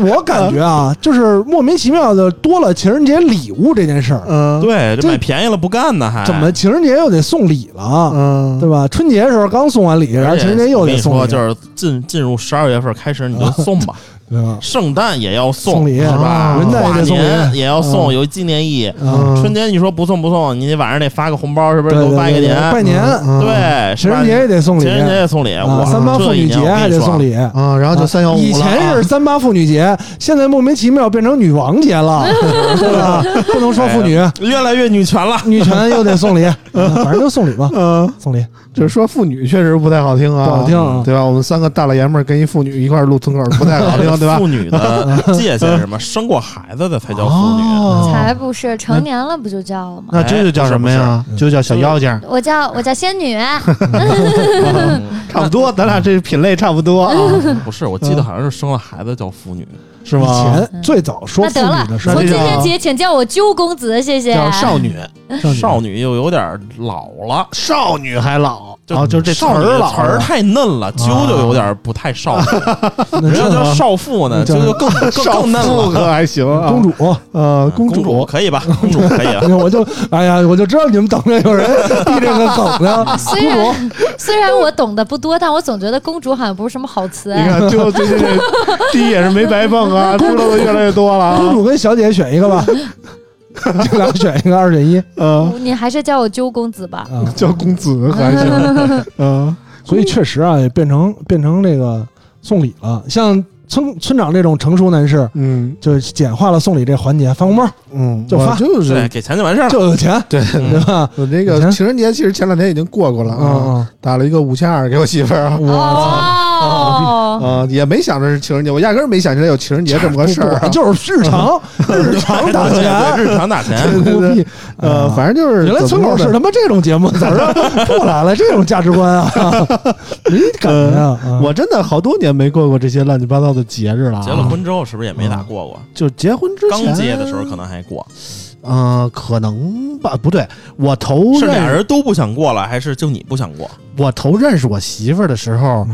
我感觉啊，就是莫名其妙的多了情人节礼物这件事儿。
嗯
对，这
这
买便宜了不干呢，还
怎么情人节又得送礼了，
嗯
对吧？春节的时候刚送完礼，然后
而且
情人节又
我跟
得
你
送
说，
礼，
就是进进入十二月份开始，你就送 吧。
对吧
圣诞也要
送礼
是吧？
啊
人家也
跨
得送
年
礼
也要
嗯
送，有纪念意义。
嗯
啊，
春节你说不送不送，你晚上得发个红包，是不
对
是？给
对
我发一个
对对
年，嗯
拜年，
嗯
嗯
对，是
情
吧
人节也得送礼
情，人节也
哎
送礼，
啊，
我
三八妇女节还得送。礼。
啊，然后就三幺五啊
以前是三八妇女节，现在莫名其妙变成女王 节了，对吧？不能说妇女，
哎
这一年我跟你说越来越女权了，
女权又 得送礼，啊反正就送礼吧，
嗯，
送礼。
就是说妇女确实不太好听啊，
不好听啊
对吧？我们三个大老爷们儿跟一妇女一块儿录村口，不太好听，对吧
妇？女的 界限是什么？生过孩子的才叫妇女。啊
哦
才不是，成年了不就叫了吗？
那这就叫什么呀？就叫小妖精儿，
我叫我叫仙女，
差不多，咱俩这品类差不多啊，
嗯不是，我记得好像是生了孩子叫妇女，
是
以
吗？
前最早说
嗯那
妇
得了
女的，事
那
从
这
今
叫
天起请叫我鸠公子，谢谢。
叫少女，
儿，
少女又有点老了。
少女还老，啊，就是这词
少女
儿
的
老
词儿太嫩了，啾啾有点不太少女，
那
人家
这
叫少妇呢，
这
啾啾更更
少
更嫩
妇
了。
可还行啊，
公主，
呃，
公
公主
可以吧？公主可以啊了。
我就哎呀，我就知道你们等着有人递这个梗呢。
虽然 虽然我懂得不多，但我总觉得公主好像不是什么好词
你
哎。
看，就最近这地也是没白蹦啊，知道的越来越多了
公
啊。
主跟小姐选一 个吧，这俩选一个，二选一
嗯，
你还是叫我鸠公子吧。
啊。
叫公子还行。嗯，
所以确实啊，也变成变成这个送礼了。像村村长这种成熟男士，
嗯
就简化了送礼这环节，发红包
嗯，
就发
我就是
对，给钱就完事儿了。
就有钱，
对，
对吧？
我这个情人节其实前两天已经过过了啊，
嗯
打了一个五千二给我媳妇儿啊
嗯，我
哦，
啊，也没想着是情人节，我压根儿没想起来有情人节这么个事儿啊
不。就是日 常日常打钱，
日常打钱。
对对对
牛逼
呃，
啊
反正就是
原来村口
怎么着呢
是他妈这 种节目，早知道不来了，这种价值观啊，没感觉啊，啊
我真的好多年没过过这些乱七八糟的节日了啊。
结了婚之后是不是也没咋过过？
就结婚之前
刚结的时候可能还过，
嗯，可能吧，不嗯对，我头
是俩
认
人都不想过了，还是就你不想过？
我头认识我媳妇儿的时候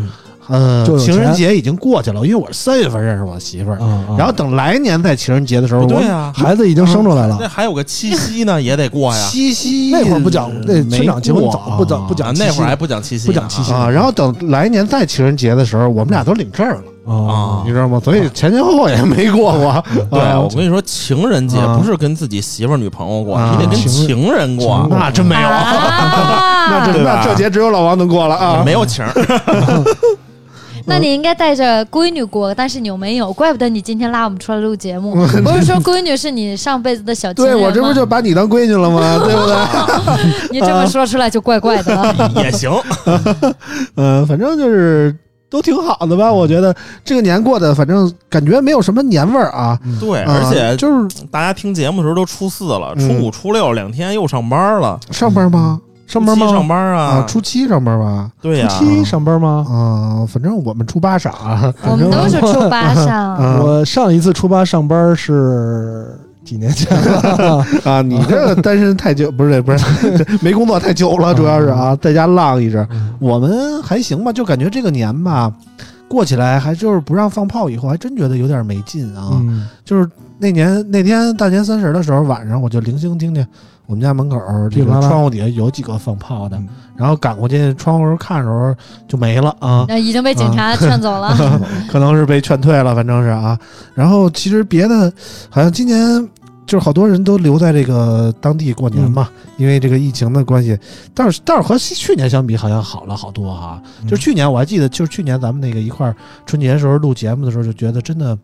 嗯，
呃
就，有钱
情人节已经过去了，因为我是三月份认识我媳妇儿，
啊啊
然后等来年在情人节的时候，
不对
我
啊，
孩子已经生出来了
那，还有个七夕呢，也得过呀。
七夕
那会儿不讲，那
没
村长结婚
过
早，不早不
啊
讲七夕
那
的，
会儿还不讲七夕呢，
不讲七夕
啊。然后等来年再情人节的时候，我们俩都领证了，
啊
啊
你知道吗？所以前前后后也没过过。
对，
啊
我跟你说，情人节不是跟自己媳妇儿、女朋友过，
啊
你得跟情人过，
嗯
啊
那真没有， 那
啊，
这
对吧
那这节只有老王能过了啊。
没有情儿。
那你应该带着闺女过，但是你又没有，怪不得你今天拉我们出来录 节目。不是说闺女是你上辈子的小情
对
人吗？
我这不就把你当闺女了 吗？对不对？
你这么说出来就怪怪 的了。
也行，
嗯，反正就是都挺好的吧。我觉得这个年过的，反正感觉没有什么年味儿啊。
对，
啊
哎而且
就是
大家听节目的时候都初四了，
嗯
初五、初六两天又上班了，
上班吗？上班
初七
吗？
上班
啊，
啊，
初七上班吧。
对呀，
哎
初七上班吗？
啊，反正我们初八傻，啊
我
反正
们都是初八 上，
啊
我上一次初八上班是几年前了，
啊，你这个单身太久，不是不是 没工作太久了，主要是啊，在家浪一阵儿。
嗯
我们还行吧，就感觉这个年吧，过起来还就是不让放炮以后，还真觉得有点没劲啊。
嗯，
就是那年那天大年三十的时候晚上，我就零星听见我们家门口儿这
噼里
个
啪啦
窗户底下有几个放炮的
嗯，
然后赶过去窗户时候看的时候就没了啊，
那已经被警察劝走了。
啊可能是被劝退了，反正是啊。然后其实别的好像今年就是好多人都留在这个当地过年嘛，
嗯
因为这个疫情的关系。但是但是和去年相比，好像好了好多哈、
嗯
就是去年我还记得，就是去年咱们那个一块儿春节时候录节目的时候，就觉得真的，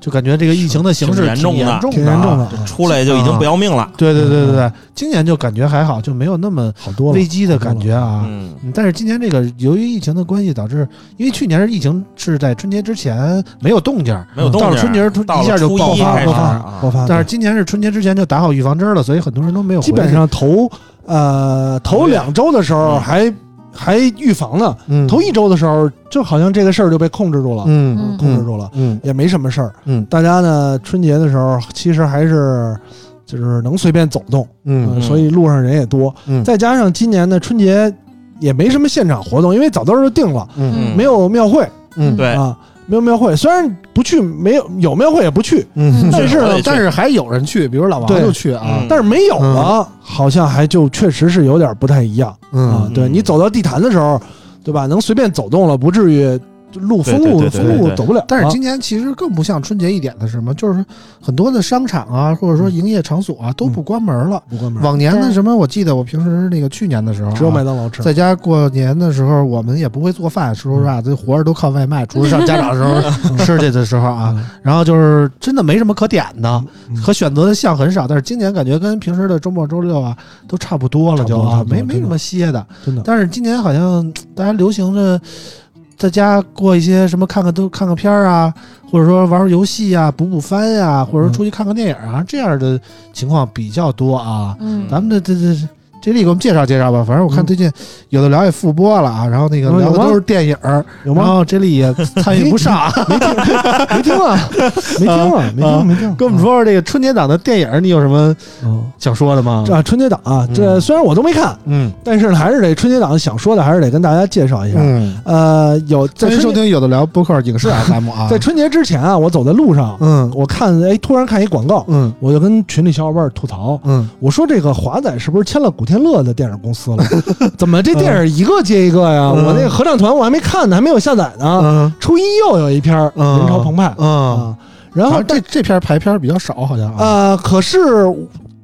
就感觉这个疫情的形势
挺严重的
严重
挺
的
严
啊
重的，啊
出来就已经不要命了。
对对对对对，今年就感觉还好，就没有那么
好多了
危。机的感觉啊。
嗯，
嗯但是今年这个由于疫情的关系，导致因为去年是疫情是在春节之前没有动静儿，
没有动
到
静
了
儿，
春节突
到
一
了
下就
初一
爆发
开始
爆发。
啊
爆发，
但是今年是春节之前就打好预防针了，所以很多人都没有回去。
基本上头呃头两周的时候
嗯
还还预防呢，
嗯
头一周的时候就好像这个事儿就被控制住了，
嗯
嗯
控制住了，
嗯
也没什么事儿。
嗯
大家呢春节的时候其实还是就是能随便走动，
嗯
呃所以路上人也多。
嗯
再加上今年呢春节也没什么现场活动，因为早都是定了，
嗯
嗯
没有庙会
嗯
对，
啊，没有庙会。虽然不去，没有有庙会也不去，
嗯，
但是
我
呢
也去
但是还有人去，比如老王
对
就去啊
嗯，
但是没有了，好像还就确实是有点不太一样。啊
嗯，
对
嗯
你走到地坛的时候，对吧？能随便走动了，不至于路封路
对对对对
封路
对
走不了。啊
但是今年其实更不像春节一点的是什么，就是很多的商场啊，或者说营业场所啊都不关门了。
不关
嗯
门，
往年的
对
什么，我记得我平时那个去年的时候啊，
只有麦当劳吃。
在家过年的时候，我们也不会做饭，说实
嗯
话，这活着都靠外卖。除了上家长的 时候吃去的时候啊，然后就是真的没什么可点的，
嗯
可选择的项很少。但是今年感觉跟平时的周末、周六啊都差不多了，就
差
啊
不多
没
差不多
没什么歇的。
真嗯的
但是今年好像大家流行着在家过一些什么看看都看看片儿啊，或者说玩玩游戏啊、补补番呀、或者
嗯
说出去看看电影啊，这样的情况比较多啊。
嗯，
咱们这这这这里给我们介绍介绍吧。反正我看最近有的聊也复播了啊，然后那个
嗯
聊
有
的
吗
都是电影儿，
有
然
吗？
后这里也参与不上。
没听啊，没听啊，没
啊
听，没听。
跟我们说说这个春节档的电影儿，你有什么
嗯，
想说的吗
这？啊春节档啊，这
嗯
虽然我都没看，
嗯
但是呢还是得春节档想说的，还是得跟大家介绍一下。
嗯，
呃，有在
欢迎收
春节
听有的聊播客影视 FM 啊，
在春节之前啊，我走在路上，
嗯
我看哎，突然看一广告，
嗯
我就跟群里小伙伴吐槽，
嗯
我说这个华仔是不是签了古天乐的电影 公司了？怎么这电影一个接一个呀？
嗯
我那个合唱团我还没看呢，还没有下载呢。
嗯
初一又有一篇儿
嗯
人潮澎湃
嗯，
啊，然
好
后
像这这片儿排片儿比较少，好像啊，
呃，可是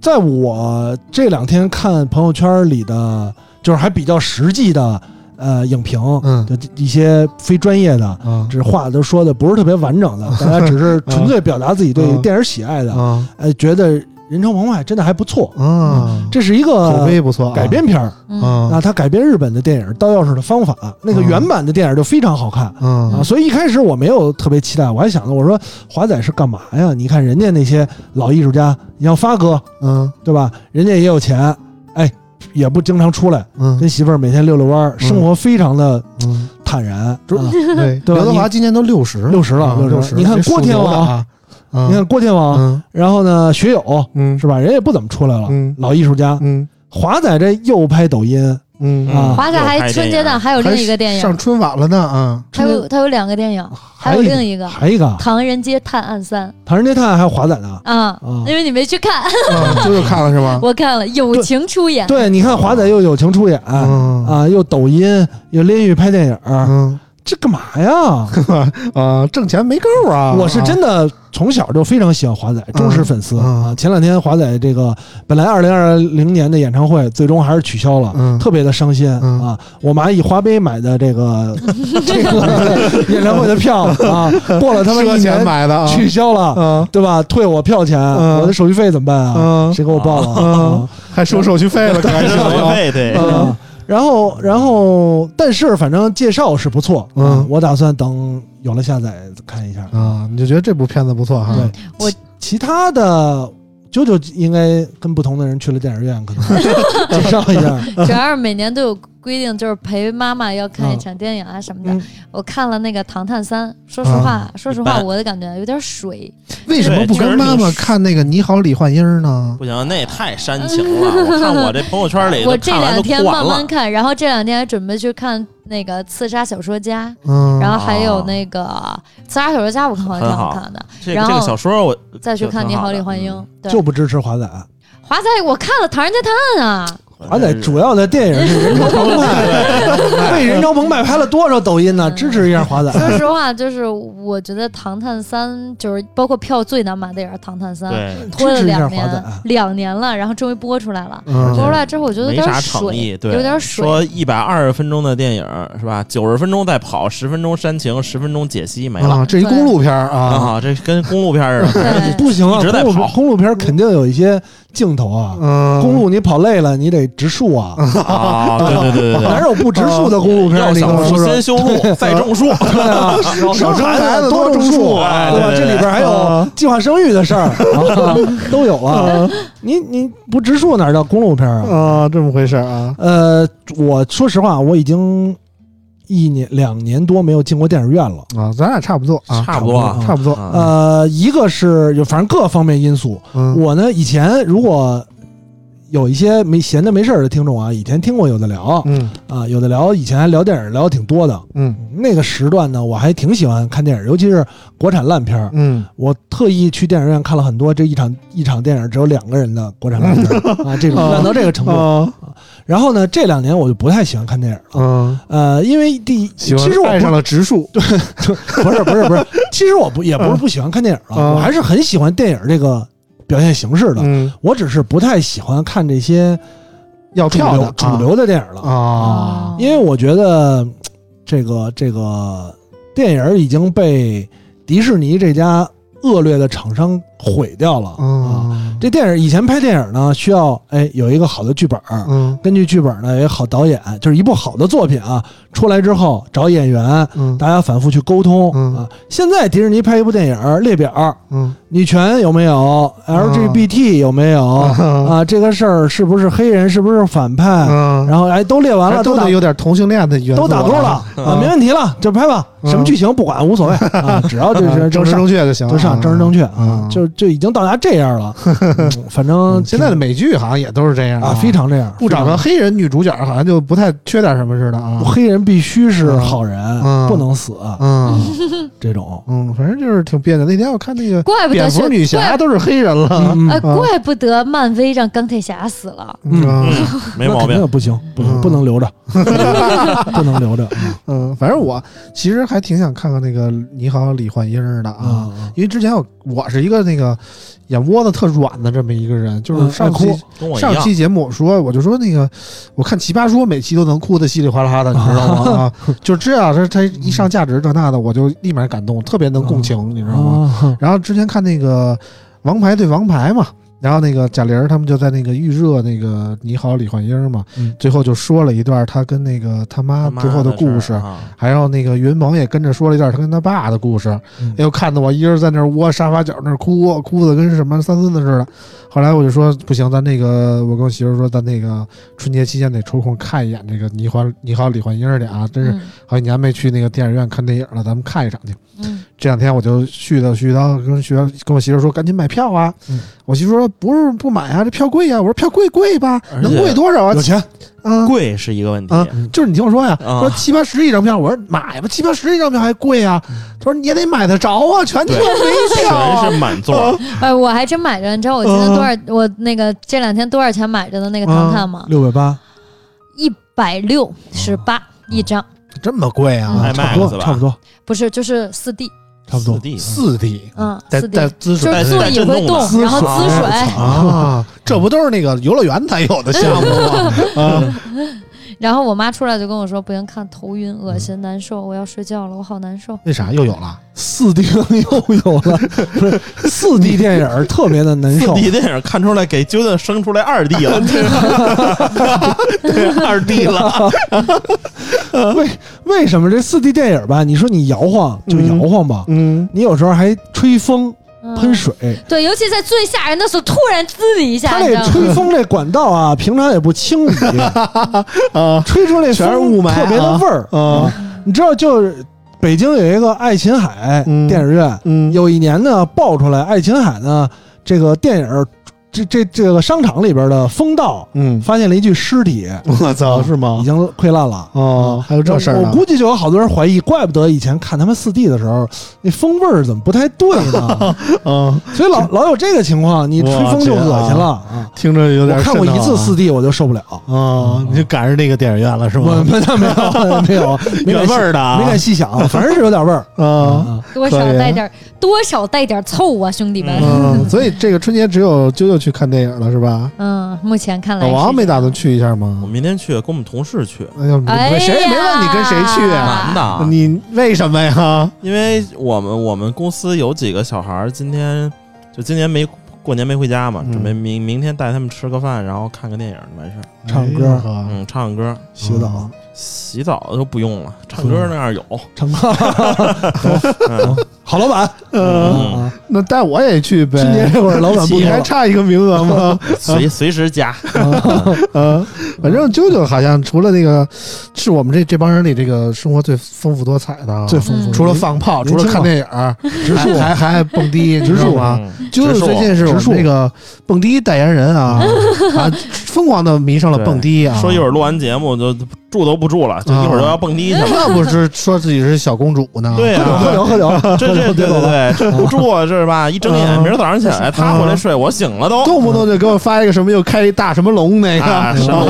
在我这两天看朋友圈里的，就是还比较实际的呃影评，
嗯
就一些非专业的，
啊
这话都说的不是特别完 整的，大家只是纯粹表达自己对
嗯
电影喜爱的，
啊
呃，觉得人潮澎湃真的还不错。
啊，
这是一个
口碑不错啊，
改编片儿
嗯
啊
啊，它改编日本的电影《盗钥匙的方法》，那个
嗯
原版的电影就非常好看啊，
嗯
所以一开始我没有特别期待，我还想着我说华仔是干嘛呀？你看人家那些老艺术家，你像发哥
嗯
对吧？人家也有钱，哎，也不经常出来，
嗯
跟媳妇儿每天遛遛弯儿，生活非常的
嗯，
坦然。
就
啊
对，
对吧
刘德华今年都六十啊
六十了，
六
六
十，
十。你看
这
郭天
属牛的
王，
啊，你
你看郭天王，
嗯
然后呢，学友
嗯
是吧？人也不怎么出来了
嗯，
老艺术家。
嗯
华仔这又拍抖音，
嗯
嗯
啊
华仔还春节档还有
还
另一个电
上
影，
春晚了呢啊，
他有他有两个电影，还有另一个《
还有一个《
唐人街探案三》
唐人街探案》还有华仔呢。
啊
啊，
因为你没去看，
嗯舅舅看了是吗？
我看了，友情出演，
对，你看华仔又友情出演、
嗯
啊，又抖音，又连续拍电影，
嗯
这干嘛呀？
啊，挣钱没够啊！
我是真的从小就非常喜欢华仔，忠实粉丝、
嗯
啊。前两天华仔这个本来二零二零年的演唱会最终还是取消了，
嗯
特别的伤心、
嗯
啊！我妈以华杯买的这 个这个演唱会的票啊，过了他妈
赊
一
钱
年
买的啊，
取消了。
嗯，
对吧？退我票钱，
嗯
我的手续费怎么办啊？
嗯
谁给我报了？
嗯
啊
还收手续费了，可还行 啊
对 对，
嗯，然后，然后，但是反正介绍是不错，
嗯
啊我打算等有了下载看一下。
啊！你就觉得这部片子不错哈？
对，
我
其其他的九九应该跟不同的人去了电影院，可能 介绍一下。
主要是每年都有规定，就是陪妈妈要看一场电影啊什么
嗯
的。我看了那个《唐探三》，说实话，说实话，我的感觉有点水，
为什么不跟妈妈看那个《你好，李焕英》呢？
不行，那也太煽情了。 我看我这朋友圈里，
我这两天慢慢
了。
看，然后这两天还准备去看那个《刺杀小说家》，
嗯，
然后还有那个《刺杀小说家》，我看好像挺好看的。
这个
然后
这个小说我
再去看《你好，李焕英》。
嗯就
对，
不支持华仔，
华仔，我看了《唐人街探案》啊，
而且主要的电影是人潮 澎湃，为人潮澎湃拍了多少抖音呢？
嗯
支持一下华仔。
说实话，就是我觉得《唐探三》就是包括票最难买的也是《唐探三》，
对，
拖了
支持一下
两
华仔啊
年，两年了，然后终于播出来了。播出
嗯，
来之后，我觉得
没
有点
啥诚意，
水，
对，
有点水。
说一百二十分钟的电影是吧？九十分钟再跑，十分钟煽情，十分钟解析没了
啊，这一公路片儿啊，
啊！这跟公路片儿似的。
对，
不行啊，
一直在
公路
跑
公路片肯定有一些镜头啊，
嗯，
公路你跑累了，你得植树啊，
啊，对对对对
哪
对。
有不植树的公路片？
哦要
你跟
想
我
富
说
先 修
说。
路，再种树。
啊
啊
生孩子多种树，啊
哎
对吧？啊
对对
这
对
里边还有计划生育的 事儿，啊都有啊。 你你不植树哪儿叫公路片啊？
啊，这么回事儿啊，
呃，我说实话，我已经一年两年多没有进过电影院了。
啊，咱俩差不多啊，
差不多啊
差不多，
啊
呃，一个是有反正各方面因素。
嗯，
我呢，以前如果有一些没闲着没事儿的听众啊，以前听过有的聊
嗯
啊，有的聊以前还聊电影聊的挺多的。
嗯
那个时段呢，我还挺喜欢看电影，尤其是国产烂片儿。
嗯
我特意去电影院看了很多这一场一场电影只有两个人的国产烂片
嗯
儿啊，这
哦
种烂到这个程度。
啊
然后呢，这两年我就不太喜欢看电影了，
嗯，
呃，因为第一，
喜
其
欢
实我
爱上
不
了植树，
不是不是不是，其实我不也不是不喜欢看电影
嗯
了，我还是很喜欢电影这个表现形式的，
嗯，
我只是不太喜欢看这些
要
主
跳的
流主流的电影了，
啊，
哦
因为我觉得嗯这个这个电影已经被迪士尼这家恶劣的厂商毁掉了啊。
嗯，
这电影以前拍电影呢，需要哎有一个好的剧本儿，
嗯
根据剧本呢有一个好导演，就是一部好的作品啊出来之后找演员，
嗯
大家反复去沟通、
嗯
啊。现在迪士尼拍一部电影，列表
嗯
女权有没有，LGBT 有没有、啊？这个事儿是不是黑人，是不是反派？
嗯，
然后哎都列完了，
还
都
都
打
得有点同性恋的元素
都
啊，
打勾了啊，没问题了，就拍吧，
嗯
什么剧情不管 无所谓啊，只要这
啊，
是
政治
上
正确就行了，
就上政治正确
啊
啊，就就已经到达这样 了，嗯反
嗯
正
现在的美剧好像也都是这样
啊，非常这样，
不找
非
个
常
黑人女主角，好像就不太缺点什么似的啊。
黑人必须是好人
嗯，
不能死啊
嗯
这种。
嗯，反正就是挺别扭。那天我看那个
怪不得
蝙
是
蝠女侠
怪
都是黑人了，
嗯
呃，
嗯
怪不得漫威让钢铁侠死了。
嗯
嗯，没毛
那肯
病
定。不行，不
嗯
行，不能 留着，不能留着
嗯，反正我其实还挺想看看那个《你好，李焕英》的
嗯
啊，
啊！
因为之前我我是一个那个眼窝子特软的这么一个人，就是
嗯
上
爱
期
哭
跟我一
上
样，
期节目我说，我就说那个，我看《奇葩说》每期都能哭得稀里哗啦 的，你知道吗？啊，就这样，这他一上价值这那的，我就立马感动，特别能共
嗯
情，你知道吗？
啊，
然后之前看那个《王牌对王牌》嘛，然后那个贾玲儿他们就在那个预热那个《你好，李焕英》嘛，
嗯
最后就说了一段她跟那个他妈
他妈
最后的故
事
事，
啊，
还有那个云鹏也跟着说了一段他跟他爸的故事，
嗯
哎呦，看得我一人在那儿窝沙发角那儿哭，哭的跟什么三孙子似的。后来我就说不行，咱那个我跟我媳妇儿说，咱那个春节期间得抽空看一眼这个《你好，你好，李焕英》去啊！真是
嗯
好几年没去那个电影院看电影了，咱们看一场去。
嗯，
这两天我就絮叨絮叨，跟学跟我媳妇儿说赶紧买票啊！
嗯
我媳妇儿说不是不买啊，这票贵呀、我说票贵贵吧，
而且
能贵多少啊
有？钱
嗯，
贵是一个问题。
啊，就是你听我说呀，
啊
说七八十一张票，我说买吧，七八十一张票还贵啊。他说你也得买得着啊，全天 没票
全
啊。
是满座，
哎，我还真买着，你知道我今天多少？
嗯
我那个这两天多少钱买着的那个唐探吗？
六百八，
一百六
哦
十八一张，
这么贵啊
嗯？
差不
IMAX
多，
吧
差不多，
不是，就是四 D，
差不多
四。D
四 D，
嗯，
带
四 D，
带滋
就
水
是座椅
带震
会
动的
动， 然后滋
滋水
水，
啊，这不都是那个游乐园才有的项目吗？啊，
然后我妈出来就跟我说，不行，看头晕、恶
嗯
心、难受，我要睡觉了，我好难受。
为啥又有了？
四 D 又有了，不是四 D 电影儿特别的难
四
受，
D 电影看出来给究竟生出来二 D 了，对，二 D 了，
啊
为为什么这四 D 电影儿吧？你说你摇晃就摇晃吧，
嗯，
你有时候还吹风
嗯
喷水，
对，尤其在最吓人的时候，突然滋你一下，
它
你知
这
道吗？
吹风这管道 啊，平常也不清理，吹出来
啊全是雾霾啊
特别的味儿
啊。
你知道，就是北京有一个爱琴海
嗯
电影院，
嗯
有一年呢爆出来爱琴海呢这个电影这这这个商场里边的风道
嗯，哦
发现了一具尸体，
我操，
是
吗
已经溃烂了。
哦，还有这事儿
我
呢？
估计就有好多人怀疑，怪不得以前看他们四 D 的时候，那风味儿怎么不太对呢？
嗯，
所以老老有这个情况，你吹风就恶心了啊！
听着有点瘆得
我看
慌啊
过一次四 D 我就受不了，
哦，你就赶上那个电影院了是
我
吗？
没有没有没有没
原
敢细
味儿的啊
没敢细想，反正是有点味儿
啊，
啊。
多少带点儿，多少带点儿凑啊，兄弟们。
嗯，所以这个春节只有啾啾去看电影了是吧？
嗯，目前看来
老
是，
王没打算去一下吗
我？明天去跟我们同事去，
哎呀，
哎呀
谁也没问你跟谁去啊？
男的啊，
你为什么呀？
因为我们我们公司有几个小孩儿，今天就今年没过年没回家嘛，
嗯
准备明明天带他们吃个饭，然后看个电影就完事儿。
唱歌
哎呀
嗯，唱个歌，
洗澡，
洗澡都不用了，唱歌那样有。
唱歌， 好老板，
嗯，
啊
呃那带我也去呗。
春节这会儿老 板不
你
多
还
了
差一个名额吗？
随随时加。
嗯，反正啾啾好像除了那个，是我们这这帮人里这个生活最丰富多彩的啊，
最丰富，
除了放炮，除
年
了
轻
看
嘛
电影儿，植树还还还蹦迪，植树啊。
嗯，
啾
植
啾
树
最近是我
植
们
树
这个蹦迪代言人啊啊，疯狂的迷上了蹦迪啊。
说一会儿录完节目就住都不住了，就一会儿就要蹦迪去了。
那不是说自己是小公主呢？
对
喝酒喝
啊，
酒喝酒，
这这对对对，这不住啊，这是吧？一睁眼，
嗯
明儿早上起来他回来睡，我醒了都。
动不动就给我发一个什么又开一大什么龙那个
啊，神龙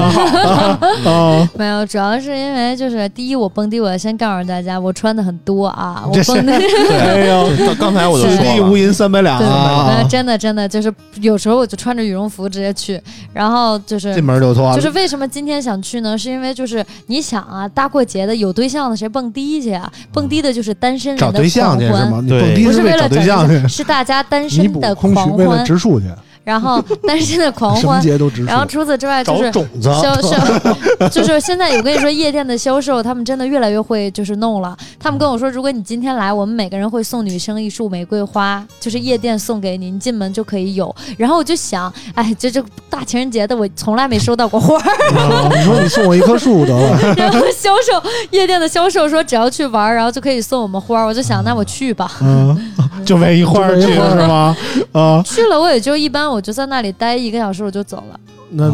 啊，
没有，主要是因为就是第一，我蹦迪，我先告诉大家，我穿的很多啊，
这
我
是
蹦迪，
哎呦，
刚刚才我就
此地
说
无
了，
银三百两
对，没有
啊，
真的真的就是有时候我就穿着羽绒服直接去，然后就是
进门就啊脱了，
就是为什么今天想去呢？是因为就是你想啊，大过节的有对象的谁蹦迪去啊？蹦迪的就是单身人的
找对象去
狂
是
欢
吗？你
对
蹦迪
不
是
是为
找
了
对
找
象去
象，是大家单
弥
身
补
的
空虚，
狂
为了
欢，
植 树去，
然后单身的狂
什么
欢，
节都植树
然。
啊
后除此之外就
找
是
种子。啊
销 售，就是现在我跟你说，夜店的销售他们真的越来越会就是弄了。他们跟我说，如果你今天来，我们每个人会送女生一束玫瑰花，就是夜店送给你，你进门就可以有。然后我就想，哎，这这大情人节的我从来没收到过花儿。
你说你送我一棵树得了，
然后销售夜店的销售说，只要去玩儿，然后就可以送我们花儿。我就想，那我去吧。
嗯，就为一花儿去
就为一花儿
是吗？啊，
去了我也就一般，我就在那里待一个小时，我就走了。
那
啊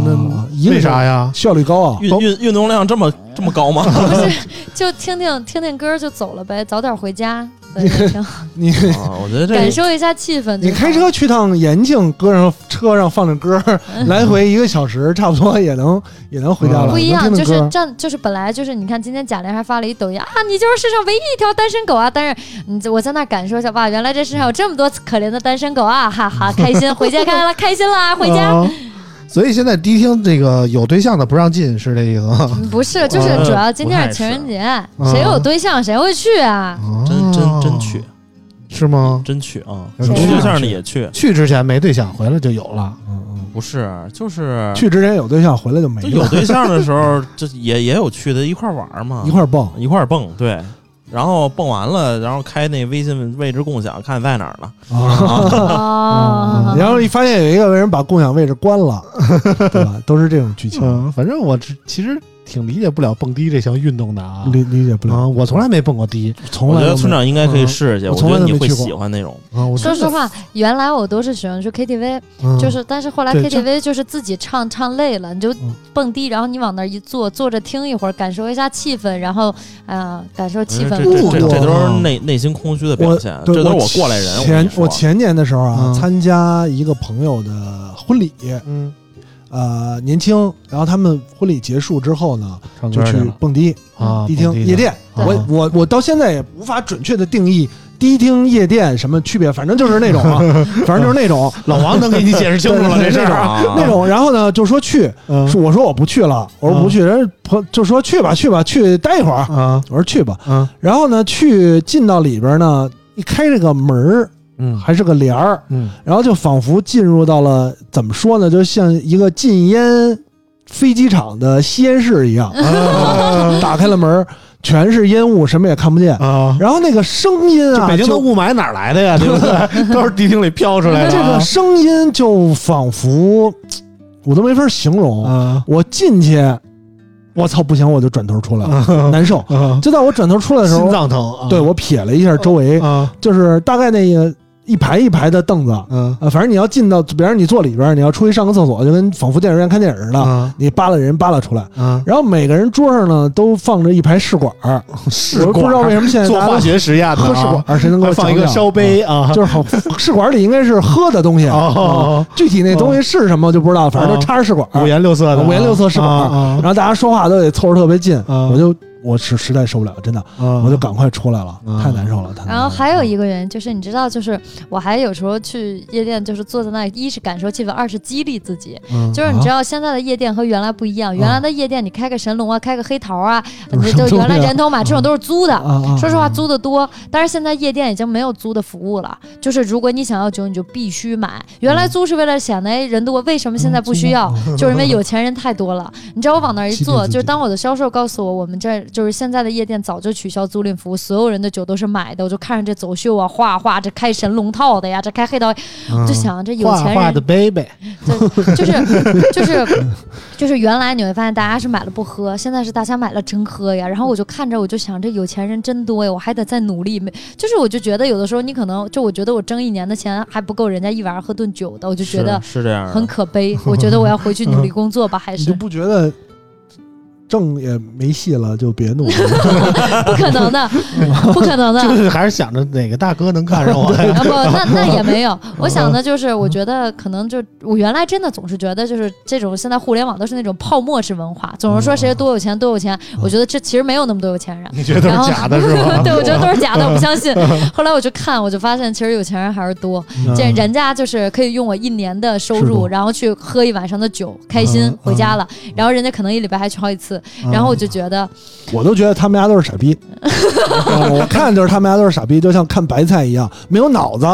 一
那嗯
个
为啥呀？
效率高啊！
运运运动量这么这么高吗？
就听听听听歌儿就走了呗，早点回家， 对，也挺好
你
啊，我觉得这
感受一下气氛。
你开
就好
车去趟延庆，搁上车上放着歌，来回一个小 时，差不多也能也能回家了。
嗯不一样，
能
就
听听
是
歌
站，就是本来就是你看，今天贾玲还发了一抖音啊，你就是世上唯一一条单身狗啊！但是你我在那感受一下，哇，原来这世上有这么多可怜的单身狗啊，哈哈，开心，回家看了，开心啦，回家。
啊所以现在迪厅这个有对象的不让进，是这意思吗？
嗯 不是，就是主要今天是情人节，谁有对象谁会去啊？
真真真去
哦是吗？
真去啊！
有
有
对
对
象
象的
去
也去，
去之前没对象，回来就有了。
不是就是
去之前有对象，回来就没
就有
了，
对象的时候，这也也有去的，一块儿玩儿嘛，
一块儿蹦。
一块儿蹦，对。然后蹦完了，然后开那微信位置共享，看在哪儿了。
哦，
然后一发现有一个人把共享位置关了，对吧？都是这种剧情，
嗯，反正我只其实挺理解不了蹦迪这项运动的啊。
理理解不
啊，
嗯
了。
我从来没蹦过迪
从
我
来
觉
都没
得
有
村长应该可以试试去，
嗯
我
我
觉
从来
得
都
你
没
会
去过
喜欢那种。
啊，我
说实话，原来我都是喜欢去 KTV，
嗯
就是，但是后来
对这
KTV 就是自己唱唱累了，你就
嗯
蹦迪，然后你往那儿一坐，坐着听一会儿，感受一下气氛，然后啊，感受气
哎这
氛。
这这
我
这都是内内心空虚的表
我
现，
对
这都是
我
我过来人。跟你
前
说
我前年的时候啊，
嗯
参加一个朋友的婚礼，
嗯，
呃，年轻，然后他们婚礼结束之后呢，
唱
就
歌
去
去了
蹦迪，
啊，
迪厅、
蹦
夜店。
对
我我我到现在也无法准确的定义迪厅、夜店什么区别，反正就是那 种啊，反正就是那种
老王能给你解释 清楚了这事儿啊。
啊，
那种。然后呢，就说去，
嗯
是我说我不去了，我说不去，人家朋就说去吧去吧，去待一会儿。
啊
我说去吧，
啊
然后呢，去进到里边呢，一开这个门儿
嗯
还是个帘儿，
嗯
然后就仿佛进入到了怎么说呢，就像一个禁烟飞机场的吸烟室一样。
啊
打开了门儿，全是烟雾，什么也看不见。
啊，
然后那个声音
这
啊，
北京的
就
雾霾哪儿来的呀？对不对？都是迪厅里飘出来的
这个
啊。
声音就仿佛我都没法形容。
啊
我进去，我操，不行，我就转头出来了，难受。
啊，
就在我转头出来的时
心
候，
脏疼啊。
对我瞥了一下周围，
啊
就是大概那个一排一排的凳子，
嗯
呃，反正你要进到，比方说你坐里边儿，你要出去上个厕所，就跟仿佛电影院看电影似的，
啊
你扒拉人扒拉出来。
啊，
然后每个人桌上呢都放着一排试管儿，
试
我不知道为什么现在
做
大家
化
都
学实验的啊
喝试管儿，谁能给
还
我
放一
讲
个
讲
烧杯啊，
就是好，试管里应该是喝的东西，
哦
啊具体那东西是什么就不知道，反正就插着试管，
五颜六色的啊，
五颜六色试管，
啊
然后大家说话都得凑着特别近，
啊
我就我是实在受不了，真的，
啊啊
我就赶快出来了，
啊
太难受了，太难受了
然后还有一个原因就是，你知道，就是我还有时候去夜店，就是坐在那里，一是感受气氛，二是激励自己。
嗯
就是
啊
你知道现在的夜店和原来不一样，原来的夜店你开个神龙啊，开个黑桃 啊，你就原来人头马这种都是租的。
啊啊，
说实话，租的多，但是现在夜店已经没有租的服务了。就是如果你想要酒，你就必须买。原
嗯
来租是为了显得哎人多，为什么现在不需要？
嗯
就是因为有钱人太多了。你知道我往那儿一
欺骗
坐，
自己
就是当我的销售告诉我，我们这就是现在的夜店早就取消租赁服务，所有人的酒都是买的。我就看着这走秀啊，画画，这开神龙套的呀，这开黑道，我就想这有
嗯画
钱
画
人
的 baby，
对，就是就是就是原来你会发现大家是买了不喝，现在是大家买了真喝呀。然后我就看着我就想，这有钱人真多呀，我还得再努力。没，就是我就觉得有的时候你可能就我觉得我挣一年的钱还不够人家一晚上喝顿酒的，我就觉得
是是这样的，
很可悲。我觉得我要回去努力工作吧，还
你就是不觉得挣也没戏了，就别弄了，
不可 能的，不可能的。
就是还是想着哪个大哥能看上我，嗯
啊不，那 那也没有。我想的就是，我觉得可能就我原来真的总是觉得，就是这种现在互联网都是那种泡沫式文化，总是说谁多有钱多有钱。我觉得这其实没有那么多有钱人。
嗯你觉得都
然后
是假的是吗？ 嗯
对，我觉得都是假的，我不相信。后来我就看，我就发现其实有钱人还是多，这人家就是可以用我一年的收
是
入，
的
然后去喝一晚上的酒，开心
嗯
回家了。然后人家可能一礼拜还去好几次，然后我就觉得
我都觉得他们家都是傻 逼，啊我看就是他们家都是傻逼，就像看白菜一样，没有脑子。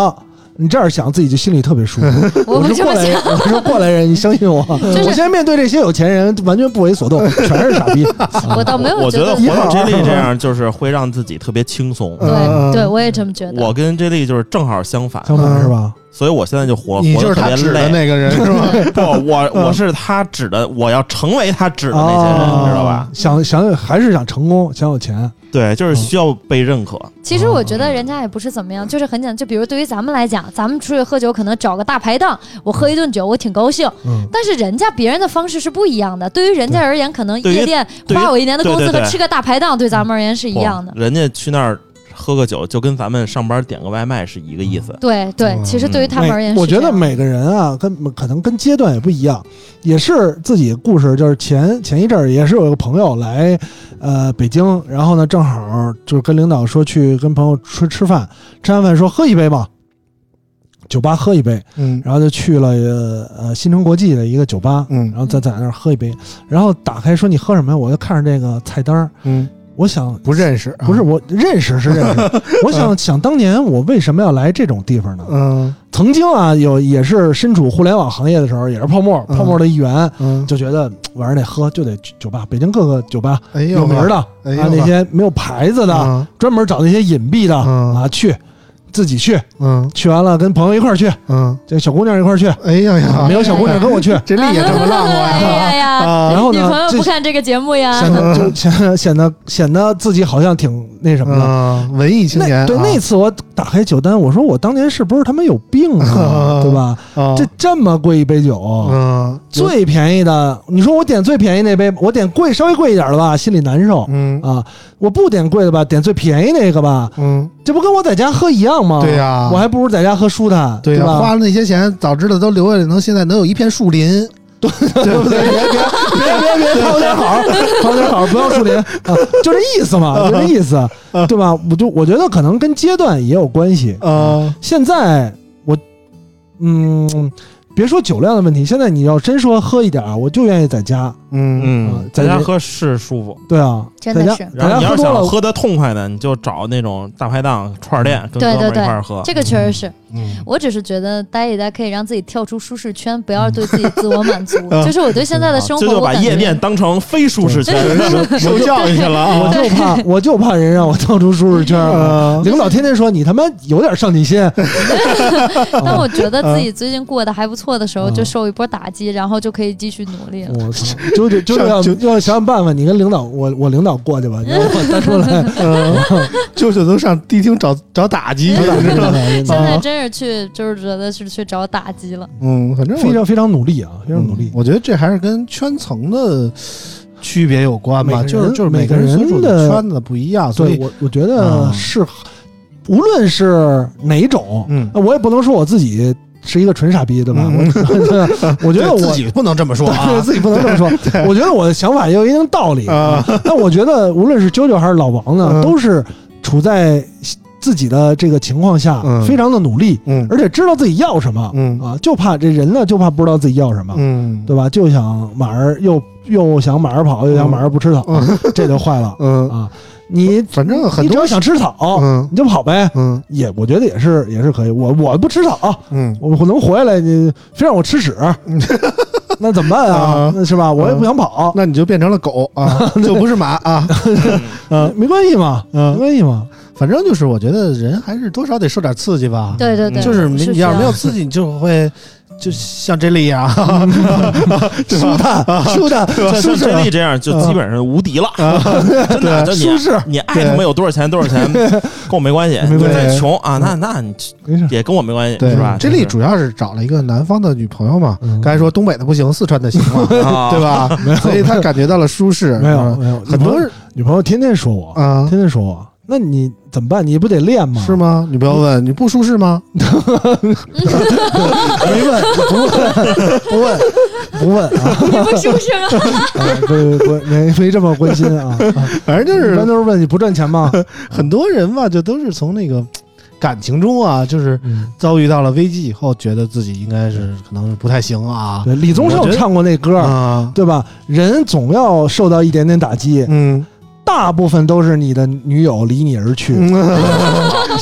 你这样想，自己就心里特别舒服。
我
我
不
是
这
过
么
来
想
人，。我是过来人，你 相信我。
是
我现在面对这些有钱人，完全不为所动，全是傻逼。
我倒没有
我
觉
觉得
得
活到 J 莉这样，就是会让自己特别轻松。
嗯
对对，我也这么觉得。
我跟 J 莉就是正好相反，
相反是吧？
所以我现在就活
你
活
就
得
是他
特
指
别
的
累。
那个人是吗？
不，我我是他指的，我要成为他指的那些人，
哦
你知道吧？？
想想还是想成功，想有钱。
对，就是需要被认可。
其实我觉得人家也不是怎么样，就是很简单。就比如对于咱们来讲，咱们出去喝酒可能找个大排档，我喝一顿酒，我挺高兴。
嗯
但是人家别人的方式是不一样的。对于人家而言，可能
对于
夜店
对于
花我一年的工资
对对
和
对
吃个大排档对咱们而言是一样的
不。人家去那儿喝个酒，就跟咱们上班点个外卖是一个意思。
对对，其实对于他们而言
每
是
嗯我
这
觉
样的，
得每个人啊，跟可能跟阶段也不一样，也是自己故事。就是前前一阵儿也是有一个朋友来，呃，北京，然后呢，正好就是跟领导说去跟朋友吃吃饭，吃完饭说喝一杯吧，酒吧喝一杯，
嗯
然后就去了呃新城国际的一个酒吧，
嗯
然后再在那儿喝一杯，然后打开说你喝什么呀？我就看着这个菜单儿，
嗯，
我想
不认识，
不是，我认识是认 识，我想想当年我为什么要来这种地方呢？
嗯
曾经啊，有也是身处互联网行业的时候，也是泡沫
嗯
泡沫的一员，
嗯，
就觉得嘖晚上得喝，就得去酒吧。北京各个酒吧
哎呦
有名儿的啊，
哎呦呵
那些没有牌子的，
啊
专门找那些隐蔽的
嗯
啊去，自己去，
嗯
去完了跟朋友一块儿去，
嗯，
这小姑娘一块儿去，
哎呀呀
没，有小姑娘跟我去，
这力也这 么浪
哎
漫
呀呀，
啊
然后
女朋
呢，
友
这
不看这个节目呀，
显得就显得显得显得自己好像挺那什么的。
啊！文艺青年
那
啊，
对那次我打开酒单，我说我当年是不是他妈有病 啊？对吧？
啊
这这么贵一杯酒，
嗯有
最便宜的，你说我点最便宜那杯，我点贵稍微贵一点的吧，心里难受、
嗯
啊。我不点贵的吧，点最便宜那个吧，
嗯，
这不跟我在家喝一样吗？
对呀
我还不如在家喝舒坦，
对呀，
吧？
花了那些钱，早知道都留下来，能现在能有一片树林，
对不对？别别别别别，掏点好，掏点好，不要树林啊，就这意思嘛，就这意思，对吧？我就我觉得可能跟阶段也有关系。
呃，
现在我，嗯，别说酒量的问题，现在你要真说喝一点儿，我就愿意在家。
嗯
嗯，在家喝是舒服，
对啊，
真的
在家
是
然后
在
你要
家喝多了
想，喝的痛快的，你就找那种大排档串儿店，跟
对
哥们
对
儿一
对
块儿喝。
这个确实是。
啊嗯
我只是觉得待一待可以让自己跳出舒适圈，不
嗯
要对自己自我满足。 就是我对现
啊
在的生活，
这就
我
把
感觉
夜店当成非舒适区，
受教育去了啊
我就怕我就怕人让我跳出舒适圈儿。领导天天说你他妈有点上进心，
当
嗯嗯
我觉得自己最近过得还不错的时候，就受一波打击，然后就可以继续努力了。
我操，就就就要就要想想办法，你跟领导，我我领导过去吧，你让我单出来，
嗯，舅舅都上迪厅找找打击去了，是吧？啊
真的
现在真是去，就是觉得是去找打击了。
嗯，反正我
非常非常努力啊，非常努力
嗯。我觉得这还是跟圈层的区别有关吧，
每个人
就是就是
每
每个
个人
所处
的
圈子不一样，所
对
以
我，我觉得
啊
是，无论是哪种，呃
嗯
那我也不能说我自己是一个纯傻逼，对吧？
嗯
我对我 觉得
对
我
自己不能这么说
对
啊，
自己不能这么说。我觉得我的想法也有一定道理。
啊
那我觉得无论是啾啾还是老王呢，
嗯
都是处在自己的这个情况下，
嗯
非常的努力，
嗯
而且知道自己要什么、
嗯
啊，就怕这人呢，就怕不知道自己要什么。
嗯
对吧？就想马儿又又想马儿跑，又想马儿不吃草， 这就坏了、
嗯，
啊！你
反正很
你只
多
要想吃草，
嗯
你就跑呗。
嗯
也我觉得也是也是可以。我我不吃草，
嗯
我能活下来，你非让我 吃屎，那怎么办啊
啊？
那是吧？我也不想跑，
那你就变成了狗 啊，就不是马啊。
嗯，没关系嘛，
嗯
没关系嘛。
反正就是，我觉得人还是多少得受点刺激吧。
对对对，
嗯就是没你
需
要是没有
要
刺激，你就会就像这里一 样，对
舒
嗯吧啊
坦，舒坦，舒
像
适啊
真力这样就基本上无敌了， 真的。就
舒适
啊
你你爱他妈有多少钱多少钱，跟我没关系。
没
你
关系
再穷啊，那那你
没事。
也跟我没关系，
对
是吧？
这
就
里
是
主要是找了一个南方的女朋友嘛，
嗯
刚才说东北的不行，四川的行 嘛，
啊
对吧？所以他感觉到了舒适。
没有
嗯
没有，
很多
人女朋友天天说我，
啊，
天天说我，那你怎么办？你不得练吗？
是？吗？你不要问，你不舒适吗？
没问，不问，不问，不问啊！
你 不是不是吗？
啊不不没没这么关心啊。啊
反正就
一般
是
都是问你不赚钱吗？
很多人嘛，就都是从那个感情中啊，就是
嗯
遭遇到了危机以后，觉得自己应该是可能是不太行啊
对，李宗盛唱过那歌，
啊，
对吧？人总要受到一点点打击，
嗯，
大部分都是你的女友离你而去。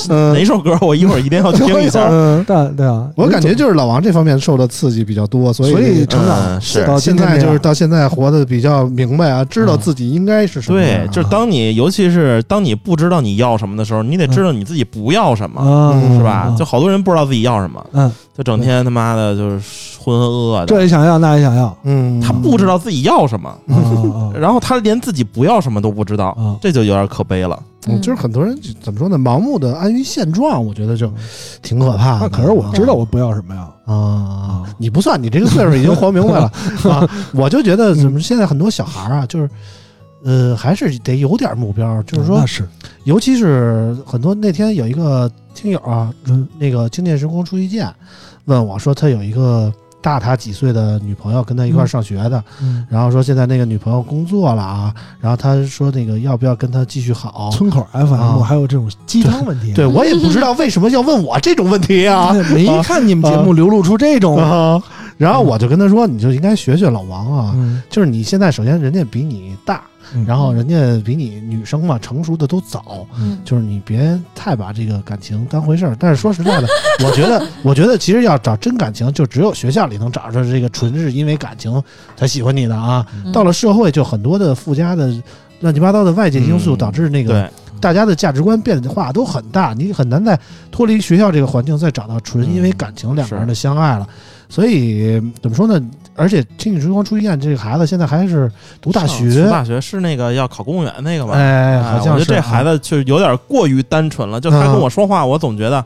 嗯
哪首歌我一会儿一定要听一 下。
嗯，
但对啊，
我感觉就是老王这方面受的刺激比较多，所以
所以成
嗯
长
是
到
现
今天
在
这
就
样
是到现在活得比较明白啊，知道自己应该是什么样
对
啊。，
就是当你，尤其是当你不知道你要什么的时候，你得知道你自己不要什么，
啊，
嗯
是吧
嗯？
就好多人不知道自己要什么，
嗯，
就整天他妈的就是浑浑噩噩
这
的，
也想要，那也想要，
嗯，
他不知道自己要什么，
啊
然后他连自己不要什么都不知道，
啊
这就有点可悲了。
嗯，就是很多人就怎么说呢，盲目的安于现状，我觉得就挺可怕
啊！
的。
那可是我知道我不要什么呀，
啊，你不算，你这个岁数已经活明白 了啊。我就觉得怎
嗯
么现在很多小孩儿啊，就是呃，还是得有点目标，就是说
嗯那，是
尤其是很多那天有一个听友啊，
嗯
那个经济时空出一见问我说，他有一个大他几岁的女朋友跟他一块儿上学的，
嗯
然后说现在那个女朋友工作了啊，然后他说那个要不要跟他继续好？
村口 FM
啊
还有这种鸡汤问题，
对我也不知道为什么要问我这种问题啊。
哎，没看你们节目流露出这种，
啊，然后我就跟他说，你就应该学学老王啊，
嗯
就是你现在首先人家比你大
嗯，
然后人家比你女生嘛成熟的都早，
嗯
就是你别太把这个感情当回事儿。但是说实在的， 我觉得，我觉得其实要找真感情，就只有学校里能找着这个纯是因为感情才喜欢你的啊。
嗯
到了社会，就很多的附加的乱七八糟的外界因素
嗯
导致那个
对，
大家的价值观变化都很大，你很难再脱离学校这个环境再找到纯
嗯
因为感情两个人的相爱了。所以怎么说呢？而且《青女时光出医院》这个孩子现在还是读大
上
学
读，大学是那个要考公务员那个吗？
哎，好像
啊
是
我觉
嗯
得这孩
子
子就是有点过于单纯了，就他跟我说话，我总觉得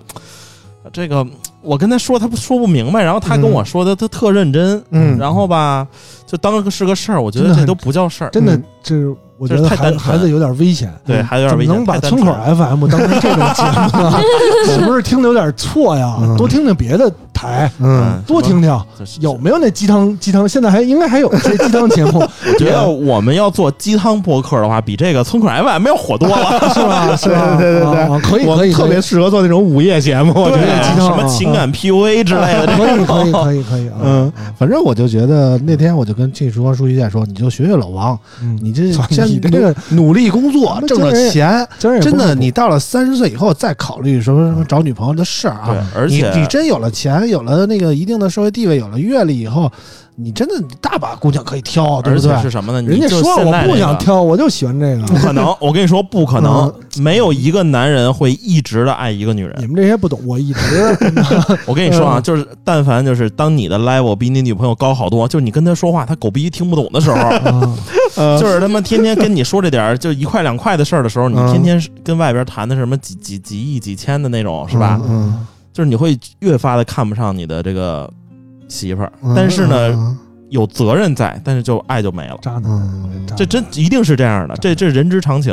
呃这个我跟他说他不说不明白，然后他
嗯
跟我说的他特认真，
嗯
然后吧就当个是个事儿，我觉
真
得
的
这
很
都不叫事儿，
真的
嗯，
这是我觉得
这是太
孩
单纯
孩子有点危险。
对，还有点危
怎
险。
么能把
太单
村口
纯了
FM 当成这种节目呢？是不是听的有点错呀
嗯？
多听听别的台，
嗯，
多听听
就是
有没有那鸡汤鸡汤？现在还应该还有一些鸡汤节目，
我觉得我们要做鸡汤播客的话，比这个村口 FM 要火多了。
是吧？是吧？
对对对对
啊，啊可以
我
可以，
特别适合做那种午夜节目，我觉
对
得。
鸡汤
什么
啊
情感 PUA 之类的，这
可以可以可以可以啊！
嗯，反正我就觉得那天我就跟《青女时光出医院》说，你就学学老王，
嗯
你这
操
先
你这个
努力工作，
那
挣
真
着
是
钱，
真是也不
真的，
靠谱
你到了三十岁以后再考虑什么什么找女朋友的事儿啊
对，而且
你你真有了钱，人有了那个一定的社会地位，有了阅历以后，你真的大把姑娘可以挑，啊对
而
不对
且？是什么呢？
人
你
家
就
说了
现在
我不
这个
想挑，我就喜 欢这个。
不可能，我跟你说不可能，
嗯
没有一个男人会一直的爱一个女
你
人。
们这些不懂，我一直
我跟你说啊，
嗯
就是但凡就是当你的 level 比你女朋友高好多，就是你跟她说话，她狗逼听不懂的时 候，
啊
呃
就是他妈天天跟你说这点儿就一块两块的事儿的时候，你
嗯
天天是跟外边谈的是什么几几几亿几千的那种，是吧？
嗯，
就是你会越发的看不上你的这个媳妇儿
嗯，
但是呢，
嗯
有责任在，但是就爱就没了。
渣男，
嗯
渣男
这真一定是这样的，这这是人之常情。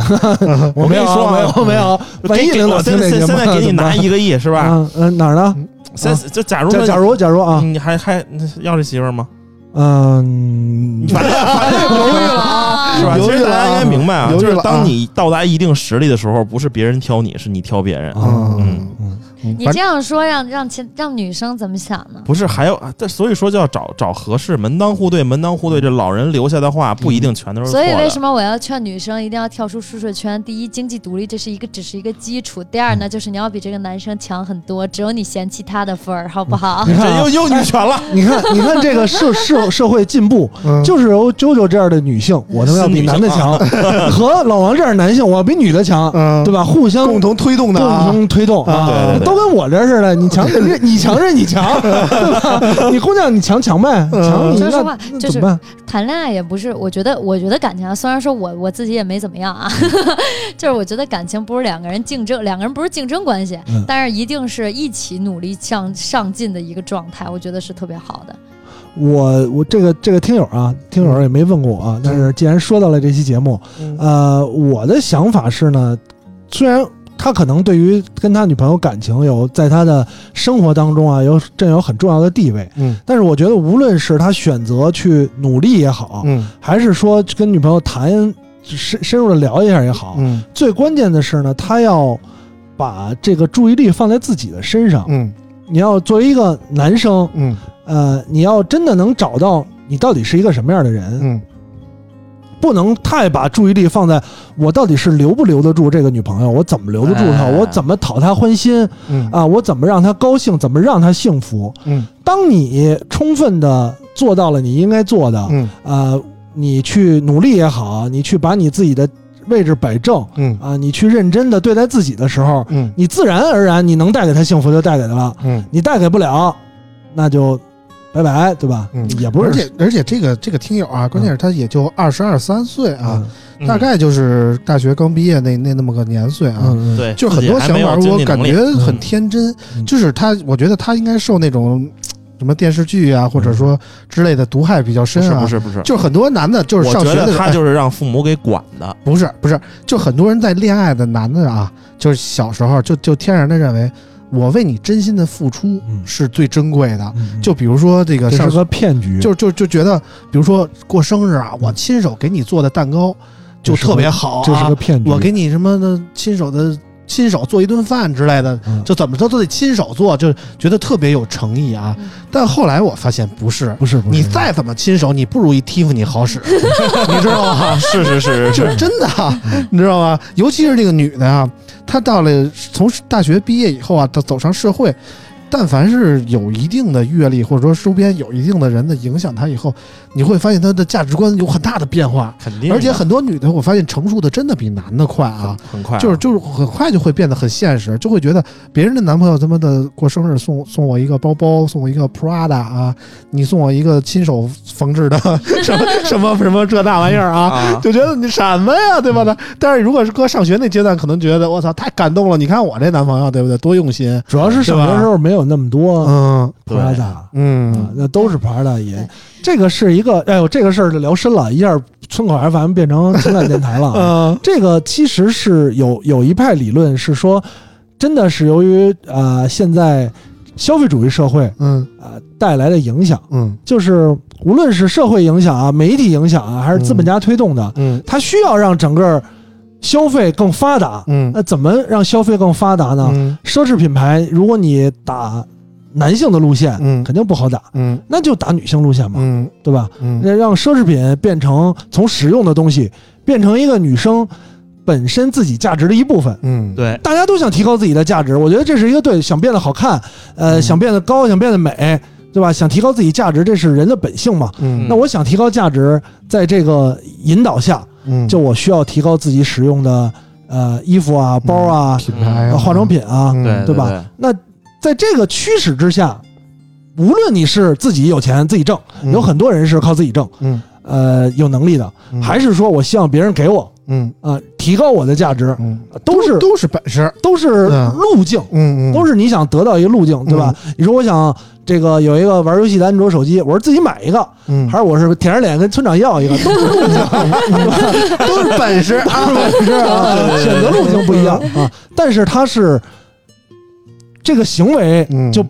我没
我跟
有
你
啊
说啊
没有没有，万一
给
领导
我
听
现在
这节目，
现 在给你拿一个亿是
是
吧？
嗯，呃哪儿呢？
现就假如
假
说
假如假如啊，
你还还要这媳妇儿吗？
嗯
你， 反正反正
犹豫 了啊
是吧？
犹
其
豫了啊
实大家应该明白啊，
犹
就
豫了啊
是当你到达一定实力的时候，不是别人挑你，是你挑别人。
啊
嗯
嗯
嗯，
你这样说让让其让女生怎么想呢？
不是，还有，这所以说就要找找合适，门当户对，门当户对。这老人留下的话，不一定全都是错
所以为什
的。
么我要劝女生一定要跳出舒适圈？第一，经济独立这是一个只是一个基础；第二
嗯
呢，就是你要比这个男生强很多，只有你嫌弃他的份儿，好不 好？
你看
这
啊
又又女权了，
你看你看这个社社社会进步，
嗯
就是由啾啾这样的女性，我他妈要比男的强，和老王这样的男性，我要比女的强，
嗯
对吧？互相
共同推动的
共
啊，
同推动
啊
对对对
都跟我这儿似的，你强人家你强是你强，对吧？你姑娘你强强呗，
嗯
强你
说实
那
话
那
就
怎
是
么办？
谈恋爱也不是，我觉得，我觉得感情啊，虽然说我我自己也没怎么样啊， 就是我觉得感情不是两个人竞争，两个人不是竞争关系，
嗯
但是一定是一起努力向上进的一个状态，我觉得是特别好的。
我我这个这个听友啊，听友也没问过我啊，但是既然说到了这期节目，
嗯
呃，我的想法是呢，虽然他可能对于跟他女朋友感情有在他的生活当中啊有占有很重要的地位，
嗯
但是我觉得无论是他选择去努力也好，
嗯
还是说跟女朋友谈深深入的聊一下也好，
嗯
最关键的是呢，他要把这个注意力放在自己的身上。
嗯
你要作为一个男生，
嗯
呃，你要真的能找到你到底是一个什么样的人，
嗯
不能太把注意力放在我到底是留不留得住这个女朋友，我怎么留得住她，
哎
我怎么讨她欢心
嗯
啊，我怎么让她高兴，怎么让她幸福。
嗯
当你充分的做到了你应该做的，
嗯
呃，你去努力也好，你去把你自己的位置摆正
嗯
啊、你去认真的对待自己的时候，
嗯
你自然而然你能带给她幸福就带给她了，
嗯，
你带给不了，那就拜拜，对吧？
嗯
也不是嗯
而且而且这个这个听友啊，关键是他也就二十二三岁啊，
啊，
嗯
大概就是大学刚毕业那那那么个年岁啊，
嗯，
对，
就很多
自己
想
还没有
法
经
我
济
感
能力
觉很天真，
嗯
就是他，我觉得他应该受那种什么电视剧啊，或者
嗯
说之类的毒害比较
不
深
是
啊。
不是不是，
就很多男的，就是
我
上
觉
学的时
得
候
他
哎
就是让父母给管的，
不是不是，就很多人在恋爱的男的啊，就是小时候就就天然的认为，我为你真心的付出
嗯
是最珍贵的。
嗯
就比如说这个
这
上
是个骗局，
就就就觉得，比如说过生日啊，我亲手给你做的蛋糕就
这是个
特别好
这是
啊
个，骗局。
我给你什么的亲手的亲手做一顿饭之类的，
嗯
就怎么着都得亲手做，就觉得特别有诚意啊
嗯。
但后来我发现不是，
不是不是，
你再怎么亲手，你不如一 Tiffany 好使， 你知道吗？
是是是
就是是真的啊，你知道吗？尤其是这个女的啊，她到了从大学毕业以后啊，她走上社会，但凡是有一定的阅历，或者说周边有一定的人的影响她以后，你会发现她的价值观有很大的变化。
肯定的，
而且很多女的，我发现成熟的真的比男的快啊
很，很快啊，
就是就是很快就会变得很现实，就会觉得别人的男朋友他妈的过生日送送我一个包包，送我一个 Prada 啊，你送我一个亲手缝制的 什么什么什么这那玩意儿啊。
啊，嗯
就觉得你什么呀，对吧？呢？但是如果是搁上学那阶段，可能觉得我操太感动了。你看我这男朋友，对不对？多用心。
主要是上学时候没有那么多
嗯哎
对
Prada 啊
嗯，
那都是 Prada 也
对，
这个是一个，哎呦，这个事儿就聊深了，一下村口 FM 变成情感电台了啊。
嗯
这个其实是有有一派理论是说，真的是由于呃现在消费主义社会
嗯
呃带来的影响，
嗯
就是无论是社会影响啊、媒体影响啊，还是资本家推动的，
嗯
它需要让整个消费更发达。
嗯
那怎么让消费更发达呢？
嗯
奢侈品牌，如果你打男性的路线，
嗯
肯定不好打，
嗯
那就打女性路线嘛，
嗯
对吧？
嗯
那让奢侈品变成从实用的东西，变成一个女生本身自己价值的一部分。
嗯，
对，
大家都想提高自己的价值，我觉得这是一个对，想变得好看，呃，
嗯
想变得高，想变得美，对吧？想提高自己价值，这是人的本性嘛。
嗯
那我想提高价值，在这个引导下，
嗯，
就我需要提高自己使用的呃衣服啊、包啊、
品牌啊
呃化妆品啊。
嗯
对
对吧？那在这个驱使之下，无论你是自己有钱自己挣，
嗯
有很多人是靠自己挣，
嗯
呃，有能力的，
嗯
还是说我希望别人给我
嗯
啊、提高我的价值，
嗯，
都是
都是本事，
都是
嗯
路径。
嗯嗯，
都是你想得到一个路径，对吧？你说我想这个有一个玩游戏的安卓手机，我是自己买一个，
嗯
还是我是舔着脸跟村长要一个，都是路径，
都是本事啊，
是啊，选择路径不一样啊。但是它是这个行为
嗯
就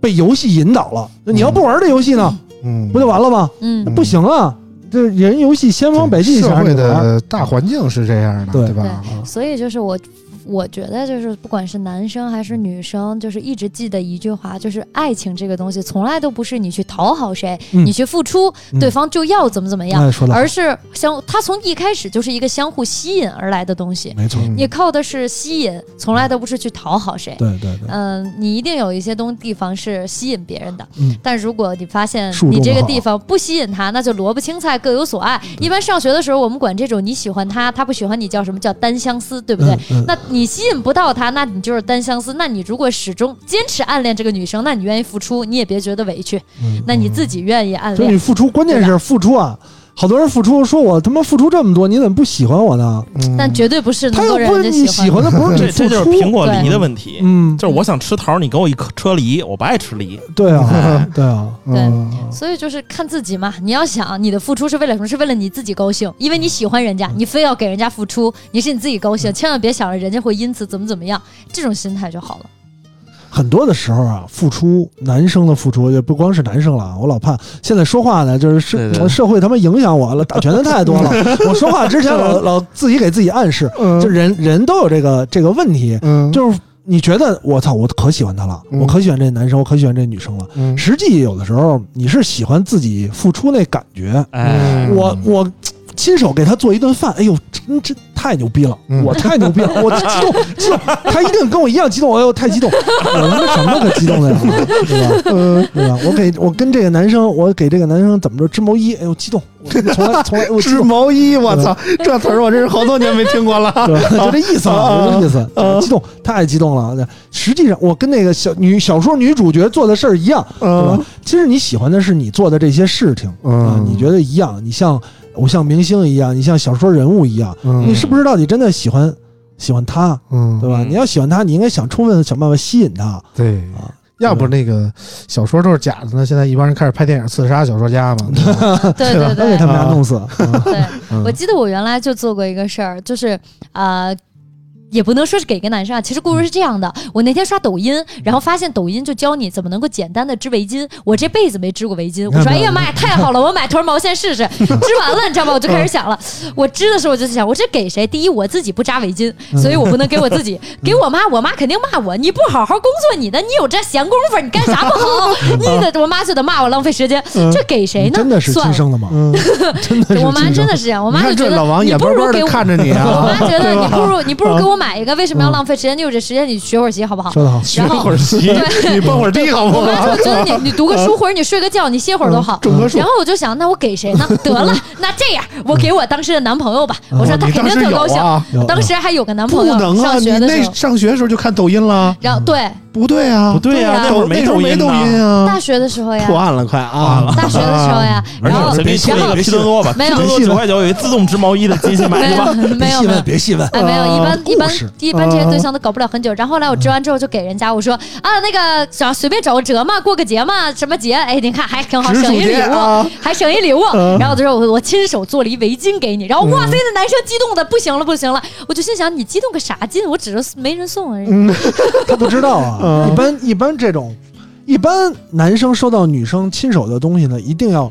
被游戏引导了，你要不玩这游戏呢，
嗯，
不就完了吗？
嗯
嗯
不行啊，这人游戏千方百计
社
想让
会
你玩，
的大环境是这样的，
对
对吧？
对
啊
所以就是我，我觉得就是不管是男生还是女生，就是一直记得一句话，就是爱情这个东西从来都不是你去讨好谁，
嗯
你去付出，
嗯
对方就要怎么怎么样，
哎，说的
而是相，它从一开始就是一个相互吸引而来的东西。
没错，
嗯
你靠的是吸引，从来都不是去讨好谁。
对对对，
嗯，你一定有一些东地方是吸引别人的，
嗯
但如果你发现
树
你
种
这个
好
地方不吸引他，那就萝卜青菜各有所爱。
嗯
一般上学的时候，我们管这种你喜欢他，他不喜欢你叫什么叫单相思，对不对？
嗯嗯
那你吸引不到他，那你就是单相思。那你如果始终坚持暗恋这个女生，那你愿意付出，你也别觉得委屈，
嗯
那你自己愿意暗
所以你
恋。
付出，关键是付出啊。好多人付出，说我他妈付出这么多，你怎么不喜欢我呢？
嗯
但绝对不是那
他
么
又
多人
不是
家
你
喜
喜
欢
欢
的。
的，不是
这
你
这
付
就是
出。
苹果梨的问题，
嗯，
就是我想吃桃，你给我一颗车梨，我不爱吃梨。
对啊，对啊，
嗯
所以就是看自己嘛，你要想你的付出是为了什么？是为了你自己高兴，因为你喜欢人家，你非要给人家付出，你是你自己高兴，千万别想着人家会因此怎么怎么样，这种心态就 好了。
很多的时候啊，付出，男生的付出也不光是男生了啊，我老怕现在说话呢，就是社
对对
社会他妈影响我了，打拳的太多了。 我说话之前老老自己给自己暗示，
嗯
就人人都有这个这个问题，
嗯
就是你觉得我操，我可喜欢他了，
嗯
我可喜欢这男生，我可喜欢这女生了。
嗯
实际有的时候你是喜欢自己付出那感觉，
哎，
嗯
我我亲手给他做一顿饭，哎呦，真真太牛逼了，
嗯
我太牛逼了，我激 动激动，他一定跟我一样激动，哎呦，太激动，我他妈什么可激动的呀，对吧？
嗯
对吧？我给我跟这个男生，我给这个男生怎么着织毛衣，哎呦，激动，我从来从来我激
织
动，
毛衣，我
嗯
操，这词儿我真是好多年没听过了。
对吧，就这意思
啊
嘛，就这意思，呃
啊
激动，太激动了。实际上，我跟那个小女小说女主角做的事儿一样， 对吧
嗯？
其实你喜欢的是你做的这些事情啊
嗯，
你觉得一样，你像偶像明星一样，你像小说人物一样，
嗯
你是不是到底真的喜欢喜欢他，
嗯
对吧？
嗯
你要喜欢他，你应该想充分地想办法吸引他。
对
啊
要不那个小说都是假的呢，现在一帮人开始拍电影刺杀小说家嘛。
对
对吧
对
都给他
对
们俩弄死，哎啊
对，
嗯
我记得我原来就做过一个事儿，就是呃。也不能说是给一个男生啊，其实故事是这样的：我那天刷抖音，然后发现抖音就教你怎么能够简单的织围巾。我这辈子没织过围巾，我说哎呀妈呀，太好了，我买团毛线试 试。织完了，你知道吗？我就开始想了，
嗯
我织的时候我就想，我这给谁？第一，我自己不扎围巾，
嗯
所以我不能给我自己，给我妈，我妈肯定骂我，你不好好工作你的，你有这闲工夫你干啥不 好？你的我妈就得骂我浪费时间，
嗯
这给谁
你
呢？
真的是
算
亲
了
生的吗？真的 是
我妈
亲
真
生
的。是这样，我
你
妈就
看
觉
这
得
老王
你
眼
不
巴
如
巴
给
的
我。
看嗯着你
我
啊，
妈觉得你不 如你不如给我买一个，为什么要浪费时间？你有这时间你学会儿习好不
嗯
好？
说得好，
然后
棋
对
你蹦会儿地好不
我妈
好？
就觉得你你读个书或者你睡个觉，你歇会儿都好。
嗯
嗯
种棵树
然后我就想，那我给谁呢？得了，那这样我给我当时的男朋友吧。我说他
嗯哦你
肯
当
定
时
特
有
高兴，
啊？
有
当时还有个男
不
朋友。
能啊！
上
你
学的
那嗯
时候，
上学的时候就看抖音了，
然后对
不对啊？
不对呀、
对呀
那会儿
那
没
时候没
音
抖
呢。
音啊
大，学的时候呀，
破案了，快啊！
大学的时候呀，
而
嗯
然后
且随便说一
然后
个拼多多吧，
没
拼
有
多多九块九有一自动织毛衣的机器，买
没
去吧。
有没有没有
别细问，
哎，没有，一般一
故事
般一般这些对象都搞不了很久。然后后来我织完之后就给人家，我说啊，那个想随便找个折嘛，过个节嘛，什么节？哎，您看还挺好，
植
省
树
一礼
节
物
啊，
还省一礼物。
嗯
然后就说我我亲手做了一围巾给你。然后哇塞，那男生激动的不行了不行了，我就心想你激动个啥劲？我只是没人送而已。
嗯
他不知 道啊。一般一般这种，一般男生收到女生亲手的东西呢，一定要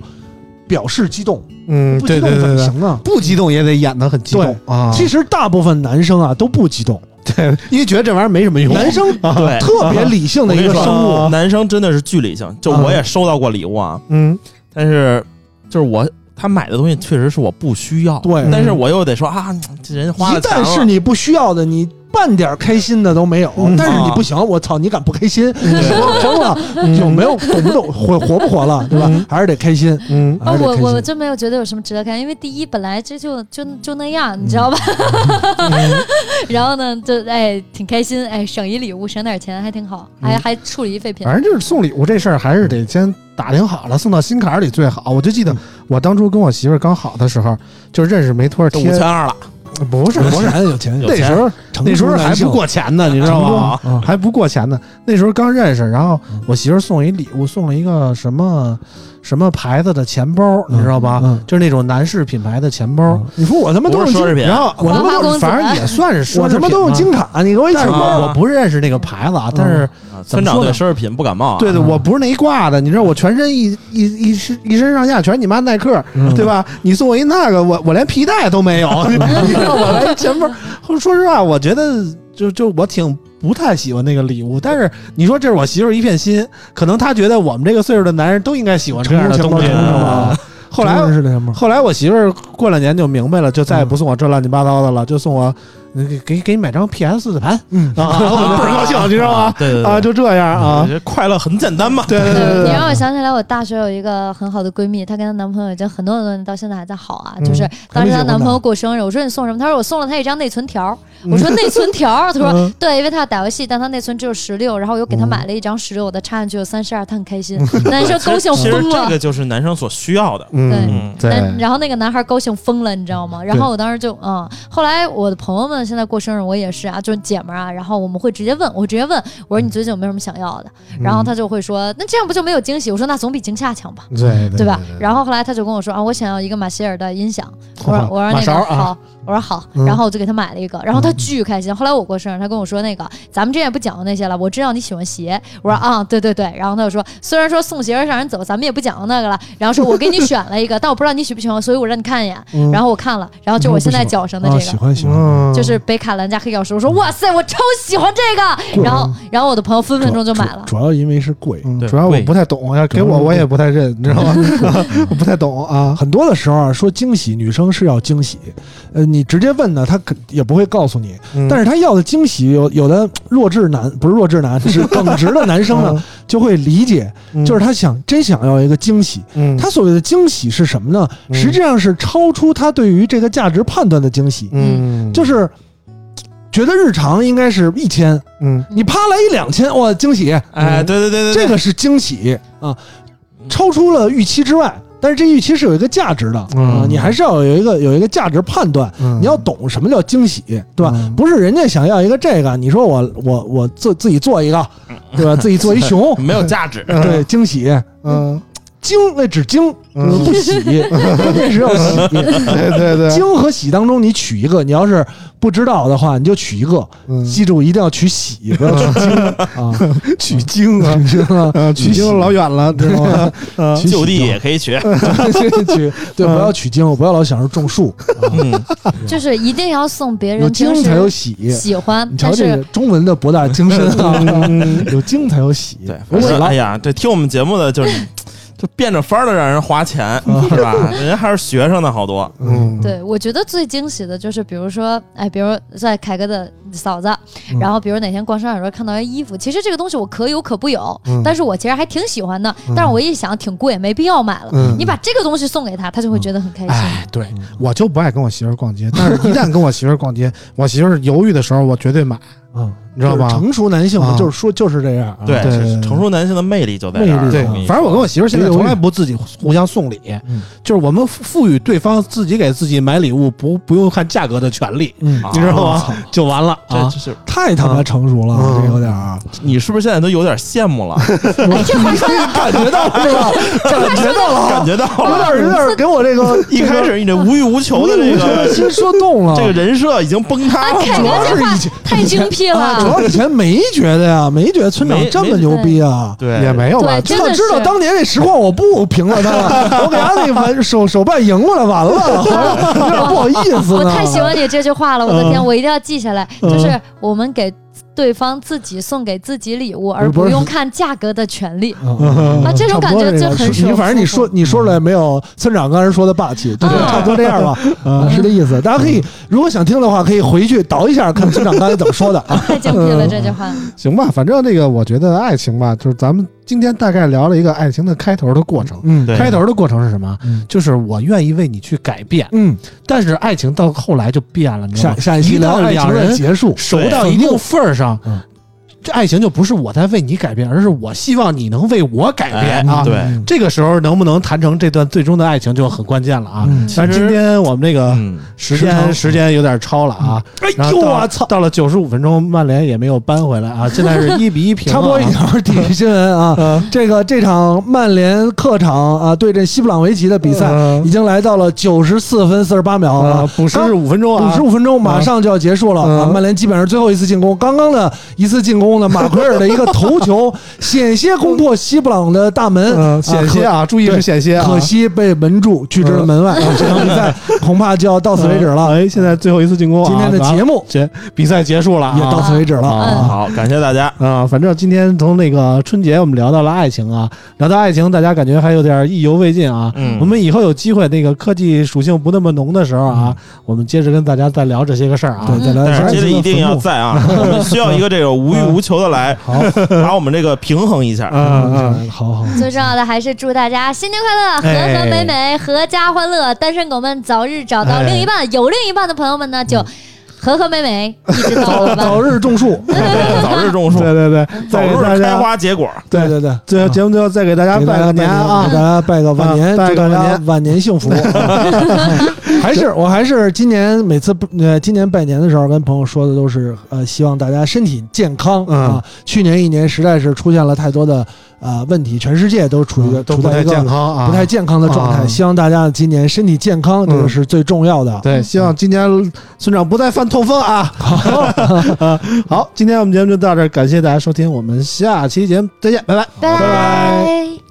表示激动，
嗯，
不
对
激动
对
怎
对
么
对，
行啊？
不激动也得演的很激动啊。
其实大部分男生啊都不激动，
对，因为觉得这玩意儿没什么用。
男生
对，
特别理性
我
的
跟
一
你
个
啊
说
生物
啊，男生真的是距离性。就我也收到过礼物啊，
嗯
但是就是我他买的东西确实是我不需要，
对
嗯
但是我又得说啊，这人花
一
了钱
旦
了，
是你不需要的，你半点开心的都没有。
嗯
但是你不行，我操，你敢不开心？疯了，
嗯
有没有懂不懂活活不活了，对吧
嗯？
还是得开心，
嗯，
还
哦
是，得
我
开
我
心。
真没有觉得有什么值得看，因为第一本来这就就就那样，你知道吧？
嗯
然后呢，就哎挺开心，哎省一礼物省点钱还挺好，还、
嗯
还处理一废品
反。正就是送礼物这事儿，还是得先打听好了，送到心坎儿里最好。我就记得我当初跟我媳妇儿刚好的时候，就认识没多少
这五
天
千，二了，
不是 不是，
有钱有
那
钱，
时候
成
那时候
功
还
男性
不过钱呢，你知道吗？
啊，
啊，
还不过钱呢，那时候刚认识，然后
嗯
我媳妇儿送我一礼物，送了一个什么什么牌子的钱包，你知道吧？
嗯嗯
就是那种男士品牌的钱包
嗯。你说我他妈
不
都
是
是
奢侈
金，
品，
然后我他
花花
妈
公
都
子
反正也算 是奢侈
我他妈
品
都有
嘛
金卡，你给我一
但是
钱
我
包。啊
我不认识那个牌子啊，但是
啊
怎
村
么
长
说
对
呢
奢侈品不感冒啊，
对对，
嗯
我不是那一挂的，你知道我全身一一一身一身上下全是你妈耐克，
嗯
啊对吧？你送我一那个，我我连皮带都 没有，你让我来一钱包。说实话，我觉得就就我挺不太喜欢那个礼物，但是你说这是我媳妇儿一片心，可能她觉得我们这个岁数的男人都应该喜欢这样的东西，啊你
成功
知道
成功
吗？后来
是这样吗？
后来我媳妇儿过两年就明白了，就再也不送我这乱七八糟的了，就送我嗯给给给你买张 PS 的盘
嗯，
啊，我 倍儿高兴，你知道吗？
对对对
啊，就这样啊，
这快乐很简单嘛，
对对对对
你
对。
让我想起来，我大学有一个很好的闺蜜，她跟她男朋友已经很多很多年到现在还在好啊。就是当时她男朋友过生日，我说你送什么？她说我送了她一张内存条。我说内存条？她
嗯
说对，因为她要打游戏，但她内存只有十六，然后我又给她买了一张十六的，插进去有三十二，她很开心。男生高兴
其实
疯
这
了
个。就是男生所需要的，
嗯
嗯，
对
但然后那个男孩高兴疯了，你知道吗？然后我当时就嗯，后来我的朋友们现在过生日，我也是啊，就是姐们儿啊，然后我们会直接问，我直接问我说你最近有没有什么想要的？
嗯
然后他就会说那这样不就没有惊喜？我说那总比惊吓强吧。
嗯对
对吧？然后后来他就跟我说啊，我想要一个马歇尔的音响。我说我说
马
那
勺
个
啊
好，我说好，
嗯
然后我就给他买了一个，然后他巨开心。后来我过生日，他跟我说那个咱们之前也不讲究那些了，我知道你喜欢鞋。我说啊，对对对。然后他就说，虽然说送鞋让人走，咱们也不讲究那个了。然后说我给你选了一个，但我 不知道你喜不喜欢，所以我让你看一眼。
嗯
然后我看了，然后就我现在脚上的
啊
这
喜
个。
欢喜欢，
嗯，
就是北卡蓝加黑曜石，我说哇塞，我超喜欢这个，然后然后我的朋友分分钟就买了，
主主要因为是贵。
嗯
对
主要我
贵
不太懂，要给我我也不太认，你知道吗？ 我不太懂啊。
很多的时候啊，说惊喜，女生是要惊喜，呃，你直接问呢，她肯也不会告诉你。但
是
是她要的惊喜，有有的弱智男不是弱智男，是耿直的男生
嗯
呢，就会理解，就是他想真想要一个惊喜。
嗯，
他所谓的惊喜是什么呢？
嗯
实际上是超出他对于这个价值判断的惊喜，
嗯
就是觉得日常应该是一千，
嗯
你啪来一两千，哇，惊喜！
哎，对对对对，，
这个是惊喜啊，超出了预期之外。但是这预期是有一个价值的
嗯
啊，你还是要有一个有一个价值判断，
嗯
你要懂什么叫惊喜，对吧
嗯？
不是人家想要一个这个，你说我我我自自己做一个，对吧？自己做一熊
没有价 值，
对，惊喜，
嗯，
惊那只惊，
嗯
不 喜，关键是要喜。
对对对，
惊和喜当中你取一个，你要是不知道的话，你就取一个，
嗯
记住一定要取喜，不要取 惊啊，
取经啊，
取惊啊。
嗯，取经老远了，知道吗？嗯
就地也可以 取，
取对，不要取经，我不要老想着种树，
嗯，
就是一定要送别
有
人平
经
时
才有喜。
喜欢
你，瞧
但
这
是
个中文的博大精深
嗯
啊， 有经才有喜。
对，
我
反
喜
正哎
了，
呀，这听我们节目的 就是。就变着法儿的让人花 钱，是吧？人家还是学生呢，好多。
嗯，
对，我觉得最惊喜的就是，比如说，哎，比如在凯哥的嫂子，
嗯
然后比如哪天逛商场的时候看到一衣服，其实这个东西我可有可不有，
嗯
但是我其实还挺喜欢的，但是我一想挺贵，没必要买了。
嗯
你把这个东西送给他，他就会觉得很开心。
哎，对我就不爱跟我媳妇儿逛街，但是一旦跟我媳妇儿逛街，我媳妇儿犹豫的时候，我绝对买，
嗯，
你知道吧
就是成熟男性嘛
啊，
就是说就是这样啊。
对，
对对
成熟男性的魅力就在这儿。
魅力
对
我跟你，
反正我跟我媳妇儿现在
别犹豫
从来不自己互相送礼，
嗯
就是我们赋赋予对方自己给自己买礼物不不用看价格的权利，
嗯，
啊
你知道吗？就完了
这
啊！
就是
太他妈成熟了，
嗯
这有 点儿。啊
你是不是现在都有点羡慕 了？
哎，这话说的
感觉到了是吧？感觉到了
哎感
啊，
觉到了，
有点有点给我这个
一开始你这无欲无求的这个
心说动了。
这个人设已经崩塌
哎凯
主
了。
哥
要
这
是
话
以前
太精辟
啊，主
了。
要以前没觉得呀，没觉得村长
没
这么牛逼啊。
对，
也没有吧
对，
知
真
道
的
知道，
是
当年那实况我不评了他了，我给他 那完手手办赢过来，啊完了， 好像有点不好意思
我
呢。嗯
太喜欢你这句话了，我的天，我一定要记下来。就是我们给对方自己送给自己礼物，而
不是
不用看价格的权 利。
嗯
啊这种感觉就很
差不多这个
手
你反正你
服嗯
说你说出来没有村长刚才说的霸气，就是
啊嗯
差不多 这样吧，啊，是这意思。大家可以如果想听的话，可以回去倒一下看村长刚才怎么说的 啊。
太精辟了这句话，
行吧，反正这个我觉得爱情吧，就是咱们今天大概聊了一个爱情的开头的过程。
嗯，
对
开头的过程是什么？
嗯
就是我愿意为你去改变，
嗯，
但是爱情到后来就变
嗯
了，你知道
下
吗？
下一期聊
一旦
爱情
两人
的结束，
熟到一定份儿上
嗯，
这爱情就不是我在为你改变，而是我希望你能为我改变啊。
哎对
嗯
这个时候能不能谈成这段最终的爱情就很关键了啊
嗯。
但是今天我们这个
嗯，
时
时
间
长
时间有点超了啊。
哎
然
呦
后到
我操！
到了九十五分钟，曼联也没有扳回来 啊，现在是一比一平了
插
啊。嗯
播一 条体育新闻
嗯
啊，这个这场曼联客场啊对阵西布朗维奇的比赛
嗯
已经来到了九十四分四十八秒
啊
啊，，
补时五分钟
五
啊
十，五分钟马上就要结束了啊！
嗯
曼联基本上最后一次进攻，刚刚的一次进攻呢，马奎尔的一个头 球险些攻破西布朗的大门，啊
嗯，险些啊，注意是险些
可
啊，
可惜被门柱拒之了门外。啊这场 比赛恐怕就要到此为止
嗯
了，
哎，现在最后一次进攻啊，
今天的节目
结比赛结束了啊，
也到此为止了
啊
啊！
好，感谢大家。
啊，反正今天从那个春节我们聊到了爱情啊，聊到爱情，大家感觉还有点意犹未尽啊。
嗯
我们以后有机会那个科技属性不那么浓的时候啊，我们接着跟大家再聊这些个事儿啊。
对，再聊一
但
下
是
爱
接着
情
一
的
定
坟
要
墓。
在啊，我们需要一个这个无欲无求的来， 把我们这个平衡一下。
嗯嗯，
嗯，好好。
最重要的还是祝大家新年快乐，
哎
和和美美，阖家欢乐，单身狗们早日找到
哎
另一半，有另一半的朋友们呢就和和美美，一直到老吧。
早日种树，
对早日种树
对，对对，
早
再给大
日开
家
花结果。
对对对，
最后节目最后再给大家
给大
拜
家
个年啊
给大！家拜个晚年，
啊拜个
祝大
晚
家
年
晚年幸 福。还是我还是今年每次不呃，今年拜年的时候跟朋友说的都是呃，希望大家身体健康
嗯
啊。去年一年实在是出现了太多的呃问题，全世界都处于一个
嗯都
处
不
在
太
一个
健康啊，
不太健康的状态。
啊
希望大家今年身体健康，这个
嗯
是最重要的。
对，希望今年村长不再犯痛风啊！ 啊好，今天我们节目就到这儿，感谢大家收听，我们下期节目再见，拜拜。
拜
拜
拜。